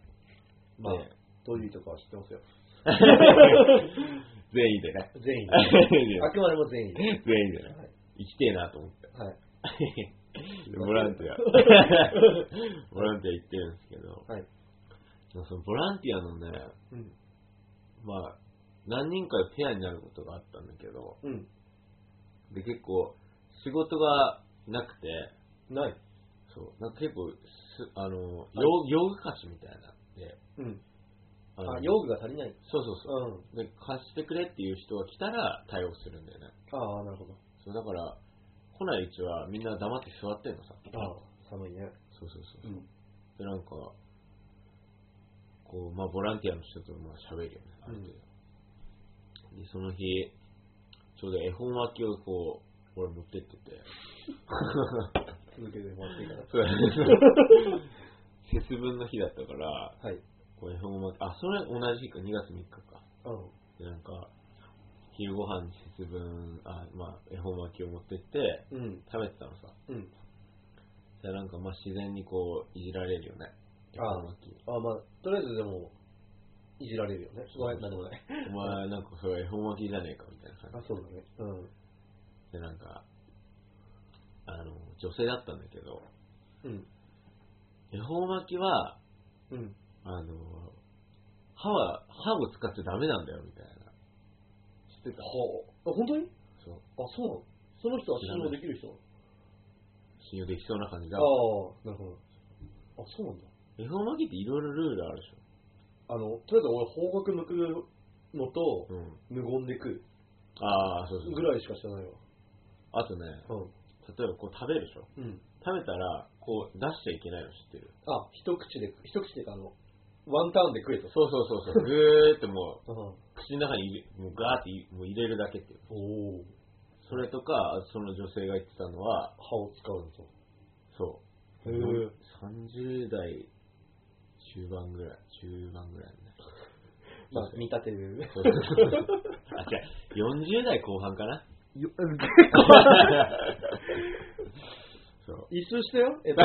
S2: まあ、
S1: ね
S2: どういうとかは知ってますよ。
S1: *laughs* 全員で
S2: *laughs*
S1: ね。
S2: 全員あ
S1: 全
S2: くまでも全員。
S1: 員でね。
S2: はい。
S1: 行きてえなと思
S2: *laughs*
S1: って。
S2: はい。
S1: ボラン
S2: *laughs*
S1: ティア。ボランティア行ってるんですけど、
S2: はい。
S1: そのボランティアのね、
S2: うん。
S1: まあ、何人かでペアになることがあったんだけど、
S2: うん。
S1: で、結構、仕事がなくて、
S2: ない。
S1: そう、なんか結構、すあの、用用具貸しみたいなで、
S2: うん。
S1: あの
S2: あ、用具が足りない。
S1: そうそうそう
S2: うん。
S1: で、貸してくれっていう人が来たら対応するんだよね。
S2: ああ、なるほど。
S1: そう、だから、来ないうちはみんな黙って座ってんのさ。
S2: ああ、寒いね。
S1: そうそうそう。
S2: ん。
S1: で、なんか、こう、まあ、ボランティアの人とまあ喋るよね、ある程度。で、その日、ちょうど絵本脇をこう、俺持ってってて、
S2: *laughs* 続けてもらっていいかな。
S1: そうやね節分の日だったから、
S2: はい。
S1: こう絵本巻き、あ、それ同じ日か、2月3日か。
S2: う
S1: で、なんか、昼ご飯に節分、あ、まあ、絵本巻きを持ってって、
S2: ん。うん。
S1: 食べてたのさ。
S2: うん。
S1: で、なんか、まあ、自然にこう、いじられるよね。絵
S2: あ
S1: 本巻き。
S2: ああ、まあ、とりあえずでも、いじられるよね。
S1: そう
S2: ごめん、なんでもない。
S1: お前、なんか、それ絵本巻きじゃねえか、みたいな
S2: あ
S1: 感、じ
S2: そうだね。うん。
S1: で。なんか、あの、女性だったんだけど、
S2: うん。
S1: 恵方巻きは、
S2: うん。
S1: あの、歯は、歯を使っちゃダメなんだよ、みたいな。知ってた
S2: はあ。あ、本当に
S1: そう。
S2: あ、そうなのその人は信用できる人
S1: 信用できそうな感じが
S2: ああ、なるほど。あ、そうなんだ。
S1: え恵方巻きっていろいろルールあるでし
S2: あの、とりあえず俺、方角向くのと、
S1: ょ。うん。
S2: 無言で食う
S1: ああ、そうそう
S2: ぐらいしか知らないわ。
S1: あとね、例えばこう食べるでしょ。
S2: うん。うん。
S1: 食べたら、こう出しちゃいけないの知ってる。
S2: あ、一口で、一口であの、ワンターンで食えと。
S1: そうそうそうそう。ぐーっても
S2: うん。
S1: う、口の中に入れもうガーっていもう入れるだけっていう。
S2: おお。
S1: それとか、その女性が言ってたのは、
S2: 歯を使うのと。
S1: そう。
S2: へえ。
S1: 30代中盤ぐらい、中盤ぐらいのね。
S2: まあ、見立てる。
S1: そうそうそうあ、違う。40代後半かな
S2: *laughs*
S1: そう。
S2: 一周した *laughs* よ、えっと、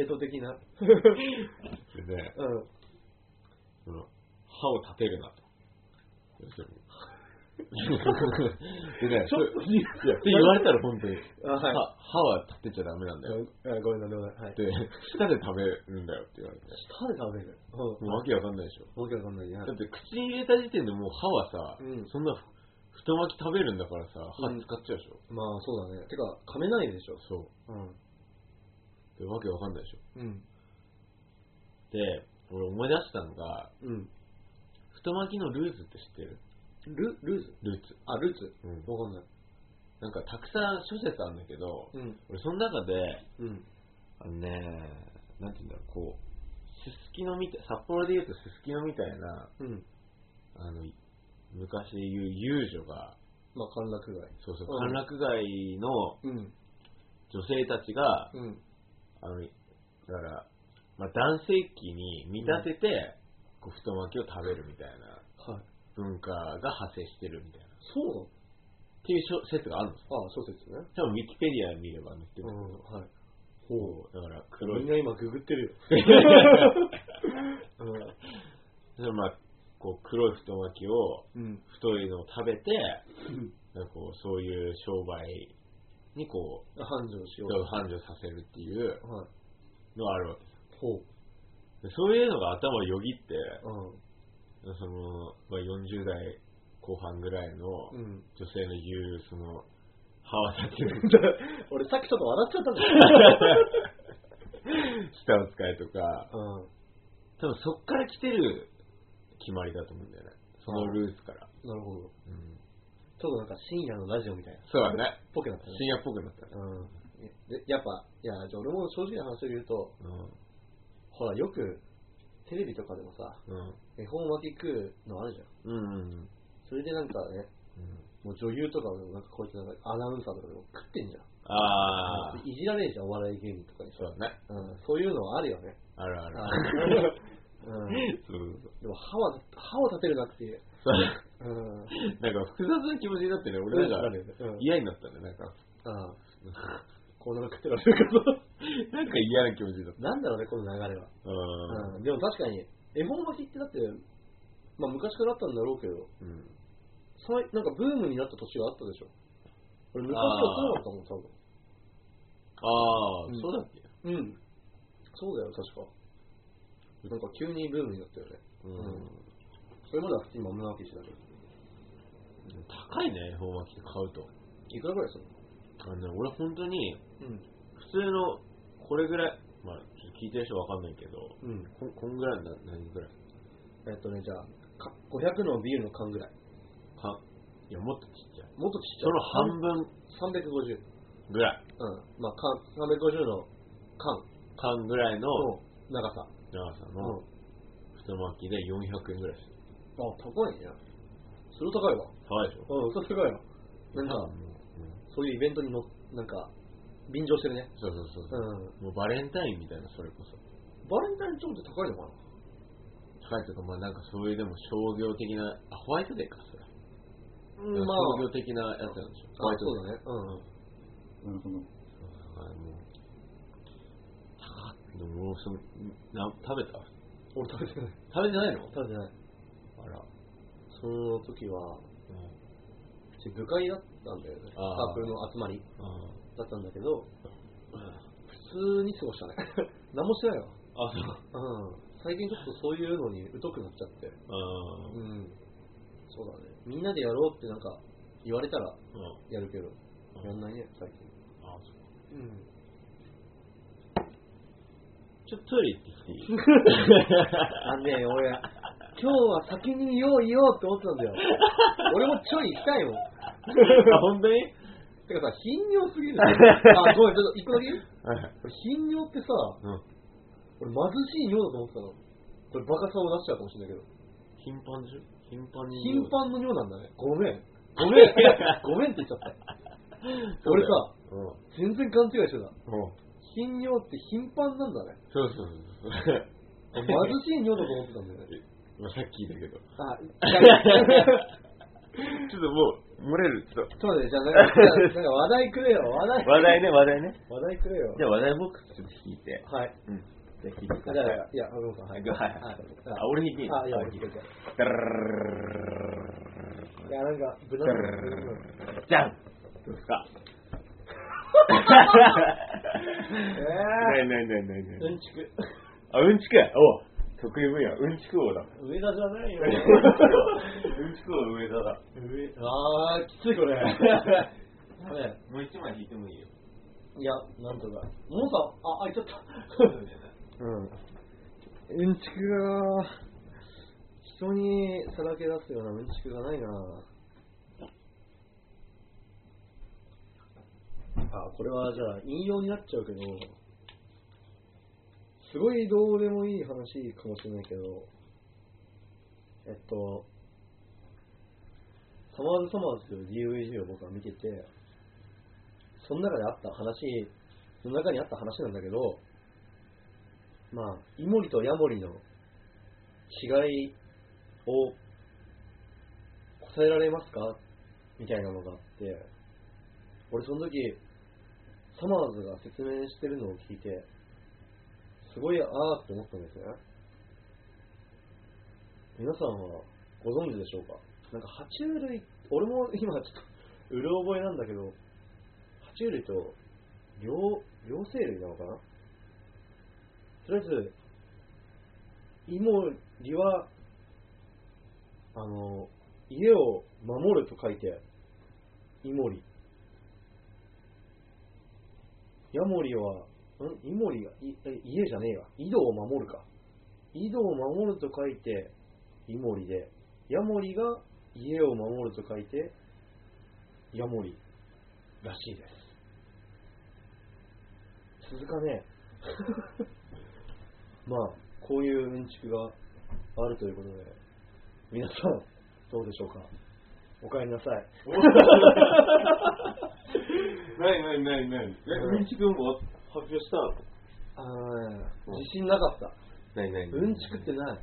S2: えと *laughs* 的な。
S1: でね、
S2: うん。
S1: その歯を立てるなと。要するにでね、
S2: ちょっ
S1: そ
S2: と
S1: れいやって言われたら本当に、
S2: あ、はい。
S1: 歯歯は立てちゃダメなんだよ。
S2: あごめんなさい、ごめんなさい。はい
S1: っ。て、舌で食べるんだよって言われて。
S2: 舌で食べる。うん。
S1: もうわけわかんないでしょ。
S2: わけわかんないや
S1: だって口に入れた時点でもう歯はさ、
S2: うん
S1: そんな太巻き食べるんだからさ、歯使っちゃうでしょ。
S2: まあ、そうだね。てか、噛めないでしょ。
S1: そ
S2: うん。
S1: う。で、わけわかんないでしょ。
S2: うん。
S1: で、俺思い出したのが、
S2: うん。
S1: 太巻きのルーズって知ってる
S2: ル、ルーズ
S1: ルーツ。
S2: あ、ルーツ
S1: うん
S2: わかんない。
S1: なんかたくさん諸説あるんだけど、
S2: うん。
S1: 俺その中で、
S2: うん。
S1: あのね、なんて言うんだろう、こう、すすきのみたい、札幌で言うとすすきのみたいな、
S2: うん。
S1: あの、昔で言う遊女が、
S2: まあ、歓楽街。
S1: そうそう、
S2: うん
S1: 歓楽街の
S2: うん。
S1: 女性たちが、
S2: うん。
S1: あの、だから、まあ、男性器に見立てて、こう太巻きを食べるみたいな
S2: はい。
S1: 文化が派生してるみたいな、っ
S2: そうなの
S1: ていう諸説があるんですよ。
S2: あ諸説ね。
S1: 多分ウィキペディア見れば載って
S2: う
S1: るんだけ
S2: ん。
S1: ど、
S2: はい。
S1: こうだから黒
S2: み
S1: い
S2: ん、な今、ググってる *laughs* よ。
S1: それまあ、こう黒い太巻きを、
S2: うん。うん。
S1: 太いのを食べて、なんかこうそういう商売にこう、
S2: 繁盛しよ
S1: 繁盛させるっていう
S2: う。はい。
S1: のがあるわけで
S2: ほう。
S1: す。でそういうのが頭をよぎって、
S2: う
S1: その、まあ、40代後半ぐらいの女
S2: ん。 *laughs* うん。
S1: 性の言う、その、歯わたてる *laughs*
S2: 俺、さっきちょっと笑っちゃったんだ *laughs*
S1: 舌を使いとか、
S2: うん。
S1: 多分そっから来てる決まりだと思うんだよね。そのルーツから。
S2: なるほど。
S1: うん
S2: ちょっとなんか深夜のラジオみたいな。
S1: そうだね。
S2: ぽくなったね。
S1: 深夜っぽくなったね。
S2: うん。でやっぱ、いや、じゃあ俺も正直な話で言うと、
S1: う
S2: ほら、よく、テレビとかでもさ、
S1: ん。うん。
S2: 恵方巻き食うのあるじゃん。
S1: うんうん
S2: それでなんかね、
S1: うん。
S2: もう女優とかでもなんかこういったなんかアナウンサーとかでも食ってんじゃん。
S1: ああ、
S2: いじられるじゃん、お笑い芸人とかにさ。
S1: そうだね。
S2: うん、そういうのはあるよね。
S1: あるある。
S2: うん、
S1: そうそうそう。
S2: でも歯は、歯を立てるなっていう。
S1: そう
S2: うん。
S1: なんか複雑な気持ちになってね、俺なん
S2: あ
S1: か
S2: るよね。うん。
S1: 嫌になったね、なんか。
S2: うんこんなの食ってられるか
S1: なんか嫌な気持ちになっ
S2: な。なんだろうね、この流れは。
S1: た。うん。
S2: うんでも確かに、恵方巻きってだって、まあ昔からあったんだろうけど、
S1: うん。
S2: さいなんかブームになった年があったでしょ。俺昔はそうだったもん、多
S1: ああ、
S2: うん
S1: そうだっけ
S2: 分。うん。そうだよ、確か。なんか急にブームになったよね。
S1: うん
S2: うんそれまでは普通に豆なわけしてたけど。
S1: 高いね、恵方巻きって買うと。
S2: いくらぐらいする
S1: あのね、俺本当に、
S2: の
S1: 普通の、これぐらい、まあ、ちょっと聞いてる人わかんないけど、
S2: うん。うん。
S1: こんこんぐらいな、何ぐらい
S2: えっとね、じゃあ、か500のビールの缶ぐらい。
S1: か、いや、もっとちっちゃい。
S2: もっとちっち
S1: その半分
S2: ゃい。350。
S1: ぐらい。
S2: うん。まあ、缶、350の缶
S1: 缶ぐらいの
S2: の長さ。
S1: 長さ
S2: うん。
S1: の太巻きで400円ぐらいする。
S2: あ、高いね。それ高いわ。
S1: 高いでしょ
S2: うん、それ高いわ。なんか、
S1: うん
S2: そういうイベントにの、なんか、便乗してるね。
S1: そうそうそう
S2: う
S1: そう、
S2: ん。
S1: もうバレンタインみたいな、それこそ。
S2: バレンタインチョンって高いのかな
S1: 高いとか、まあなんかそういうでも商業的な、あ、ホワイトデーか、それ。
S2: うん、まあ、
S1: 商業的なやつなんでしょ。ホワ
S2: あ
S1: イト
S2: そう
S1: デー。
S2: だね。うん。
S3: なるほど。
S1: そうだからもう、高っでももうそのな、食べた
S2: 俺食べてない。
S1: 食べてないの
S2: 食べてない。
S1: あら。
S2: その時は、
S1: うん
S2: うち部会だったんだよね。サ
S1: あー
S2: ークルの集まり
S1: あ
S2: だったんだけど、普通に過ごしたね。 *laughs* 何もしてないわ。
S1: あ、そう。
S2: うん。最近ちょっとそういうのに疎くなっちゃって。
S1: あ
S2: う、ん。そうだね。みんなでやろうってなんか言われた
S1: う
S2: ら
S1: ん。
S2: やるけど、
S1: うん
S2: やんないね、最近。
S1: あ、そう。
S2: うん。
S1: ちょっとトイレ行ってきていい *laughs*
S2: あのね、俺、今日は先によう言おうって思ってたんだ *laughs* よ。俺もちょい行きたいもん。
S1: あ本当に
S2: てかさ、頻尿すぎる *laughs* じゃん。あ、ごめん、ちょっと一個だけ言う
S1: はい。
S2: 俺頻尿ってさ、
S1: うん。
S2: 俺貧しい尿だと思ってたの。これバカさを出しちゃうかもしれないけど。
S1: 頻繁でしょ頻繁に。
S2: 頻繁の尿なんだね。ごめん。ごめん。ごめんって言っちゃった。俺さ、
S1: うん。うん。
S2: 全然勘違いしてた。
S1: そう
S2: 頻尿って頻繁なんだね。
S1: そうそうそう。*laughs*
S2: 貧しい尿だと思ってたんだよね。
S1: まあ、さっき言ったけど。
S2: あ、違う
S1: *laughs* ちょっともう、漏れる。ちょっ
S2: ちょっと待って、じゃあなんか、なんか話題くれよ、話題
S1: と。。話題ね、話題ね。
S2: 話題くれよ
S1: じ。ゃあ話題ボックスちょっと引いて。
S2: はい。
S1: うん。じゃあ引いて
S2: じゃ
S1: く
S2: あ、
S1: ださい。
S2: いや、あのさん、はい。
S1: はいあ、俺に引いていい
S2: あ、いや、
S1: 俺
S2: 俺
S1: に
S2: 聞
S1: 引いて。
S2: いて。
S1: ダラ
S2: いや、なんか、無
S1: ダ
S2: 難
S1: ラじゃんどうですかないないないないない。
S2: うんちく。
S1: あ、うんちくおう得意分野、 *laughs* うんちく王だ。
S2: 上田じゃないよ。
S1: うんちく王の上 *laughs* 田だ。
S2: 上、あー、きついこれ。ダメ。
S1: もう一枚引いて *laughs* もいいよ。
S2: いや、なんとか。もうさ、あ、開いちゃった。うん。うんちくが、人にさらけ出すようなうんちくがないなあ、これはじゃあ、引用になっちゃうけど、すごいどうでもいい話かもしれないけど、えっと、サマーズ・サマーズという DVG を僕は見てて、その中であった話、その中にあった話なんだけど、まあ、イモリとヤモリの違いを答えられますかみたいなのがあって、俺その時、サマーズが説明してるのを聞いて、すごいあーって思ったんですね。皆さんはご存知でしょうかなんか爬虫類、俺も今ちょっと、うる覚えなんだけど、爬虫類と両両生類なのかなとりあえずイモリはあの家を守ると書いてイモリヤモリはんイモリがいえ家じゃねえわ井戸を守るか井戸を守ると書いてイモリでヤモリが家を守ると書いてヤモリらしいです続かねえ *laughs* まあこういううんちくがあるということで皆さんどうでしょうかお帰りなさい
S1: ないないないない。え、うんちくも発表した
S2: あー自信なかった
S1: ないない
S2: うんちくってない、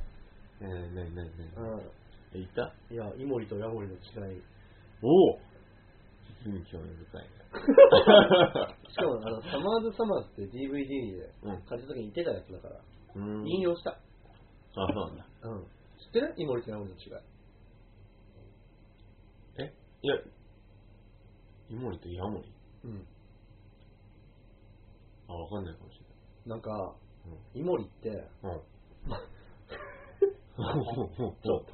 S1: ないないないない。
S2: う
S1: え、いた
S2: ん、いやイモリとヤモリの違い
S1: おお実に興味深いね。
S2: しかもあのサマーズ・サマーズって DVD で
S1: うん
S2: 借りた時に言ってたやつだから、
S1: うーん
S2: 引用した、
S1: あ、そうなんだ。
S2: うん、知ってるイモリとヤモリの違い
S1: えいや、イモリとヤモリ
S2: うん
S1: あ、わかんないかもし
S2: なんか、イモリって、
S1: れ *laughs* ない。うん。ちょっと。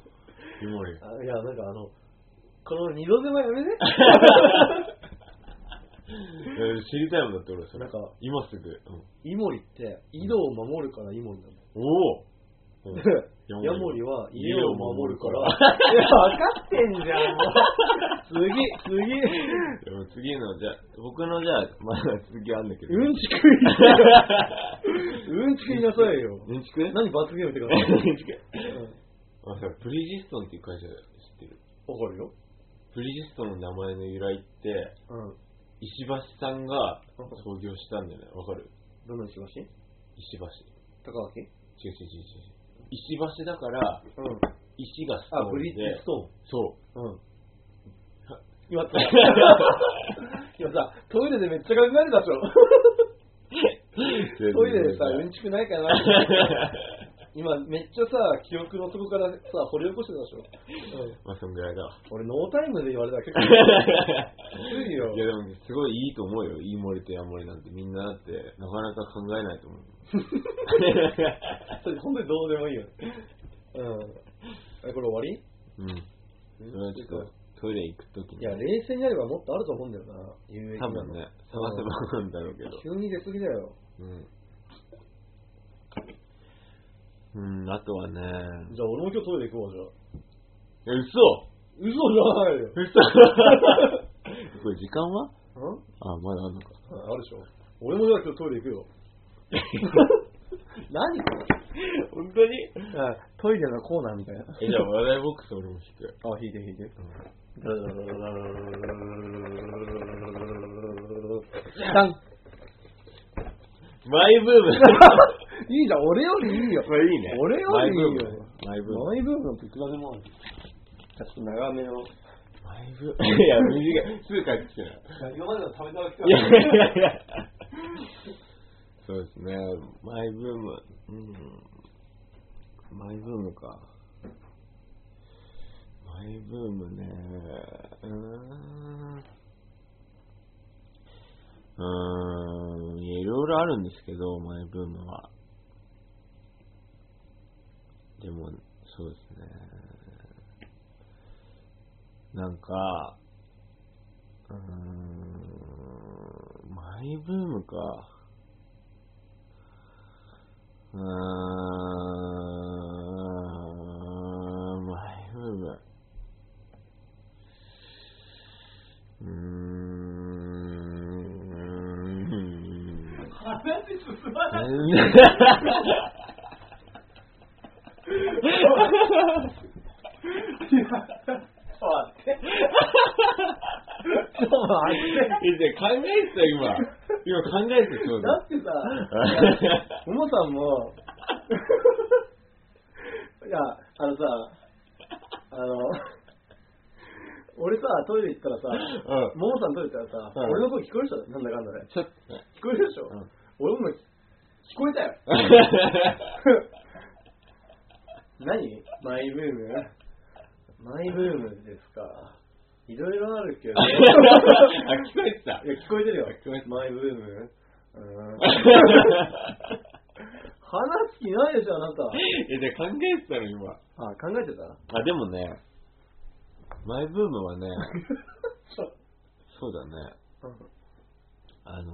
S1: イモリ。
S2: あいや、なんかあの、この二度手間や *laughs* めね。
S1: え知りたいもんだって俺それ
S2: なん。か、
S1: 今すぐ。うん、
S2: イモリって、井戸を守るからイモリなんだよ。
S1: おお、
S2: *laughs*
S1: うん
S2: ヤモリは家を守るから。
S1: 家を守る
S2: いや、分かってんじ *laughs* ゃん、もう。次、
S1: でも次の、じゃあ僕のじゃあ、まだ続きあるんだけど。
S2: 次。うんちく言いなうんちく言いなさい
S1: *laughs*
S2: よ。
S1: うんちく
S2: 何罰ゲームってか、
S1: *laughs* うんちく
S2: うん、
S1: あ、そうプリジストンっていう会社知ってる
S2: わかるよ。
S1: プリジストンの名前の由来って、
S2: うん。
S1: 石橋さんが創業したんだよね。わかる
S2: どの石橋
S1: 石橋。
S2: 高脇
S1: 違う違う違う違う。石橋だから、
S2: うん。
S1: 石がスト
S2: あ、
S1: ー
S2: ブ
S1: ン
S2: リッジ
S1: で
S2: ス、トーン。
S1: そ
S2: うん。今さ、 *laughs* 今さ、トイレでめっちゃ考えるだろ。
S1: う。
S2: トイレでさ、うんちくないかな今めっちゃさ、記憶の底からさ、掘り起こしてたでしょ。うん、
S1: *laughs* まあ、そんぐらいだわ。
S2: 俺、ノータイムで言われたら
S1: *laughs*
S2: 結構、きついよ
S1: い。や、でも、すごいいいと思うよ。いい森とヤモリなんて、みんなだって、なかなか考えない *laughs* と思う。
S2: それ本当にどうでもいいよ。うん。えこれ終わり
S1: うん。それはちょっと、トイレ行くときに。
S2: いや、冷静にやればもっとあると思うんだよな、有益
S1: 多
S2: なの
S1: 分ね、探せばあるんだろうけど。
S2: 急に出過ぎだよ。
S1: うん。うん、あとはね。
S2: じゃあ俺も今日トイレ行こう、じゃあ。
S1: え、嘘
S2: 嘘じゃない
S1: *laughs*
S2: よ。
S1: 嘘これ時間は
S2: ん
S1: あ、まだあんのか。
S2: あるでしょ俺もじゃあ今日トイレ行
S1: *laughs*
S2: くよ。何
S1: 本当に
S2: トイレのコーナーみたいな。
S1: え、じゃあ話題ボックス俺も引く。
S2: *laughs* あ、引いて引い
S1: *laughs*
S2: て。
S1: *laughs*
S2: じゃん
S1: マイブーム *laughs*
S2: いいじゃん、俺よりいいよ。
S1: これいいね。
S2: 俺よりいいよ。
S1: マイブーム。
S2: マイブームっていくらでもある。ちょっと長めの。
S1: マイブーム。いや、短い。すぐ帰ってきてない。
S2: 今までの食べたわけ
S1: いやいやいや。そうですね。マイブーム。うん。マイブームか。マイブームね。うーん。うーん。いや、いろいろあるんですけど、マイブームは。でも、そうですね。なんか、うーんマイブームか。うーん、マイブーム。うーん。
S2: 話進まない。
S1: *laughs* え、じゃあ考えて
S2: ちょっと待って。
S1: た今。今考えてたそう
S2: だ
S1: だ。
S2: ってさ、ももさんも、いや、あのさ、あの、俺さ、トイレ行ったらさ、
S1: うん。
S2: ももさんトイレ行ったらさ、
S1: うん
S2: 俺の声聞こえる人なんだかんだで、
S1: ちょっとね。
S2: 聞こえるでしょ、
S1: うん
S2: 俺も聞こえた
S1: *laughs*
S2: よ。何マイブームマイブームですか。いろいろあるけど。
S1: あ、聞こえてた
S2: い。や、聞こえてるよ。
S1: 聞こえて
S2: マイブーム
S1: *laughs*
S2: うーん話す気ないでしょ、あなた。
S1: え、じゃあ考えてたの今。
S2: あ、
S1: *laughs*
S2: 考えてた
S1: あ、でもね、マイブームはね、そうだね、あのー、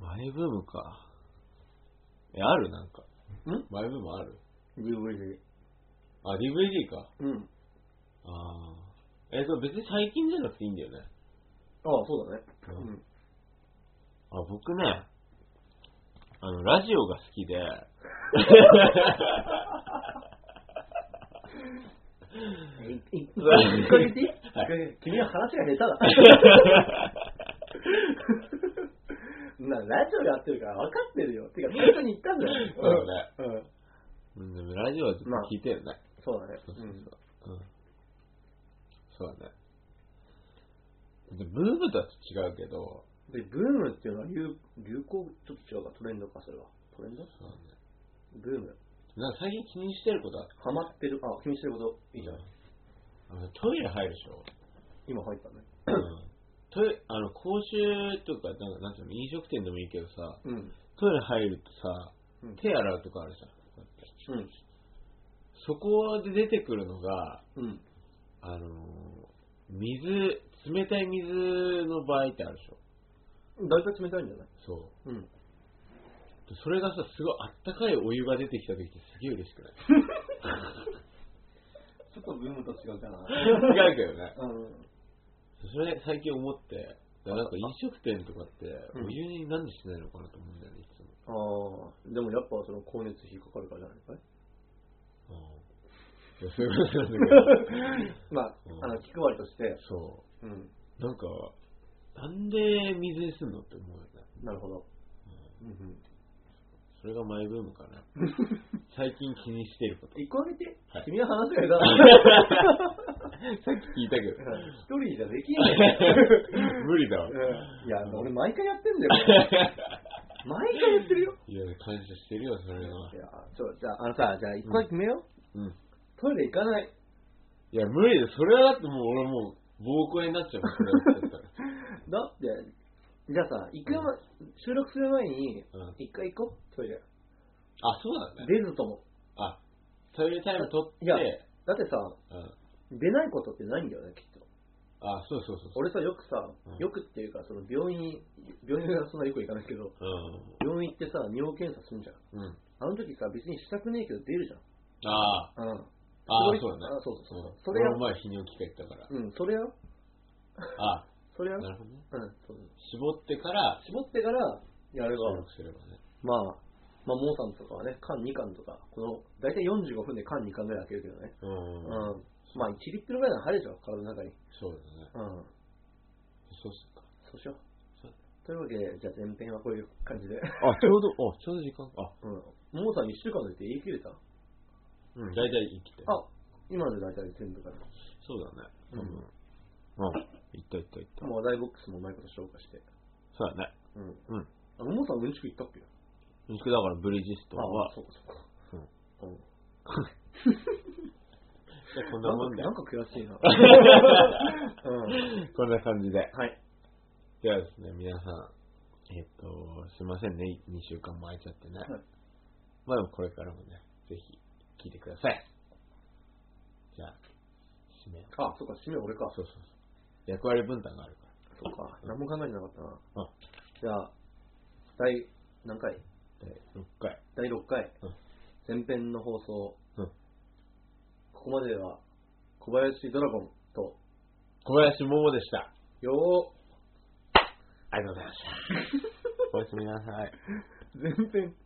S1: マイブームか。え、あるなんか。
S2: ん
S1: マイブームある
S2: ?DVD。
S1: あ、DVD か。
S2: うん。
S1: あーえ、そう、別に最近じゃなくていいんだよね。
S2: あそうだね。
S1: う
S2: うん。
S1: あ、僕ね、あの、ラジオが好き
S2: *laughs*
S1: で、
S2: 一回言っていい一
S1: はい
S2: 回言って君は話が下手だ。な、ラジオやってるから分かってるよ。てか、最初に言ったんだよ。
S1: そうだね
S2: うん。
S1: うん、でもラジオはずっと聞いてるね。
S2: そうだね。
S1: そうそううんそう。うん。そうだね。で、ブームとは違うけど、
S2: で、ブームっていうのは流流行、ちょっと違うか、トレンドか、それは。トレンド
S1: そうだね。
S2: ブーム。
S1: なんか最近気にしてることあっ
S2: ハマってる、あ、気にしてること、いいじゃん。
S1: たあのトイレ入るでし
S2: *coughs*
S1: ょ。
S2: 今入ったね。
S1: うん。トイレ、あの、公衆とか、なんかなんていうの、飲食店でもいいけどさ、
S2: うん。
S1: トイレ入るとさ
S2: うん、
S1: 手洗うとかあるじゃん。
S2: うん。
S1: そこで出てくるのが、
S2: うん。
S1: あのー水、冷たい水の場合ってあるでしょ。
S2: 大体冷たいんじゃない
S1: そう。
S2: うん。
S1: でそれがさ、すごいあったかいお湯が出てきた時ってすげえ嬉しくない
S2: ちょっとブームと違うかな。
S1: 違うけどね。
S2: うん。
S1: それ最近思って、だからなんか飲食店とかって、
S2: うん
S1: お湯になんでしないのかなと思うんだよね、いつも。
S2: ああ、でもやっぱその光熱費かかるからじゃないかい
S1: いやそういうことなんだけど
S2: まあ、あの、気配りとして、
S1: *laughs* そ
S2: うん。
S1: う。なんか、なんで水にすんのって思うよね。
S2: なるほど。うんうん。
S1: それがマイブームかな。最近気にしてること。
S2: 一個あげて
S1: はい、
S2: 君は話
S1: *laughs*
S2: が下手だ。
S1: さっき聞いたけど。
S2: 一人じゃできない。
S1: 無理だわ。
S2: うんいや、俺毎回やってんだよ。毎回やってるよ。
S1: いや、感謝してるよ、それは。
S2: いや、ちょ、じゃあ、あのさ、じゃあ一個だけ決めよう。
S1: うん。
S2: トイレ行かない。
S1: いや、無理だよ。それはだってもう俺もう、暴行になっちゃうもん、それやってたら *laughs*
S2: だって、じゃあさ、行くよ、収録する前に
S1: うん、
S2: 一回行こう、トイレ。
S1: あ、そうなんだね。
S2: 出ずとも。
S1: あ、トイレタイム取って、
S2: いやだってさ、
S1: うん。
S2: 出ないことってないんだよね、きっと。
S1: あ、そうそうそうそう。
S2: 俺さ、よくさ
S1: うん、
S2: よくっていうか、その病院、病院はそんなよく行かないけど、病院行ってさ、尿検査するんじゃん。
S1: うん。うん。
S2: あの時さ、別にしたくねえけど出るじゃん。
S1: ああ、
S2: うん。
S1: ああ
S2: れ
S1: そうだね
S2: あそうそうそう。
S1: ん
S2: それや
S1: 俺も前、泌尿器科行ったから。
S2: うん、それよ。
S1: あ
S2: それよ。
S1: あ、
S2: うん
S1: な、るほどね。
S2: そうそう
S1: 絞ってから、
S2: 絞ってからやれ
S1: 収
S2: ば、
S1: 録すればね。
S2: まあ、まあ、モーさんとかはね、缶2缶とか、この、だいたい45分で缶2缶ぐらい開けるけどね。
S1: う。
S2: うんん。まあ、1リットルぐらいなら入るでしょ、体の中に。
S1: そうだね。
S2: うん。
S1: そうっすか。
S2: そうしよ
S1: そう
S2: う。というわけで、じゃあ前編はこういう感じで。
S1: あ、ちょうど、あ、ちょうど時間あ、
S2: うん。モーさん1週間でって言い切れたあ、
S1: うん、大体生きて。
S2: 今ので大体全部かな。
S1: そうだね。多分。
S2: う
S1: うんん。行った行った行った。
S2: もう話題ボックスもうまいこと消化して。
S1: そうだね。
S2: うん。
S1: うん。
S2: あ、モーさんうんちく行ったっけ
S1: うんちくだからブリヂストン
S2: あ
S1: は、
S2: そうかそうか。うん。
S1: こんなもんだ
S2: な
S1: よ。
S2: んか悔
S1: *laughs*
S2: しいな。うん。
S1: こんな感じで。
S2: はい。
S1: ではですね、皆さん、えっと、すいませんね、2週間も空いちゃってね。
S2: はい
S1: まあでもこれからもね、ぜひ聞いてください。じゃあ、締めよう。
S2: あ、そうか、締め俺か。
S1: そうそうそう。役割分担があるか
S2: そうか、何も考えてなかったな。
S1: うん
S2: じゃあ、第何回
S1: ら。で、6回。
S2: 第6回、
S1: うん
S2: 前編の放送、
S1: うん
S2: ここまでは小林ドラゴンと、
S1: 小林桃でした。
S2: よ *laughs*
S1: ありがとうございました。おやすみなさい。
S2: ー、前編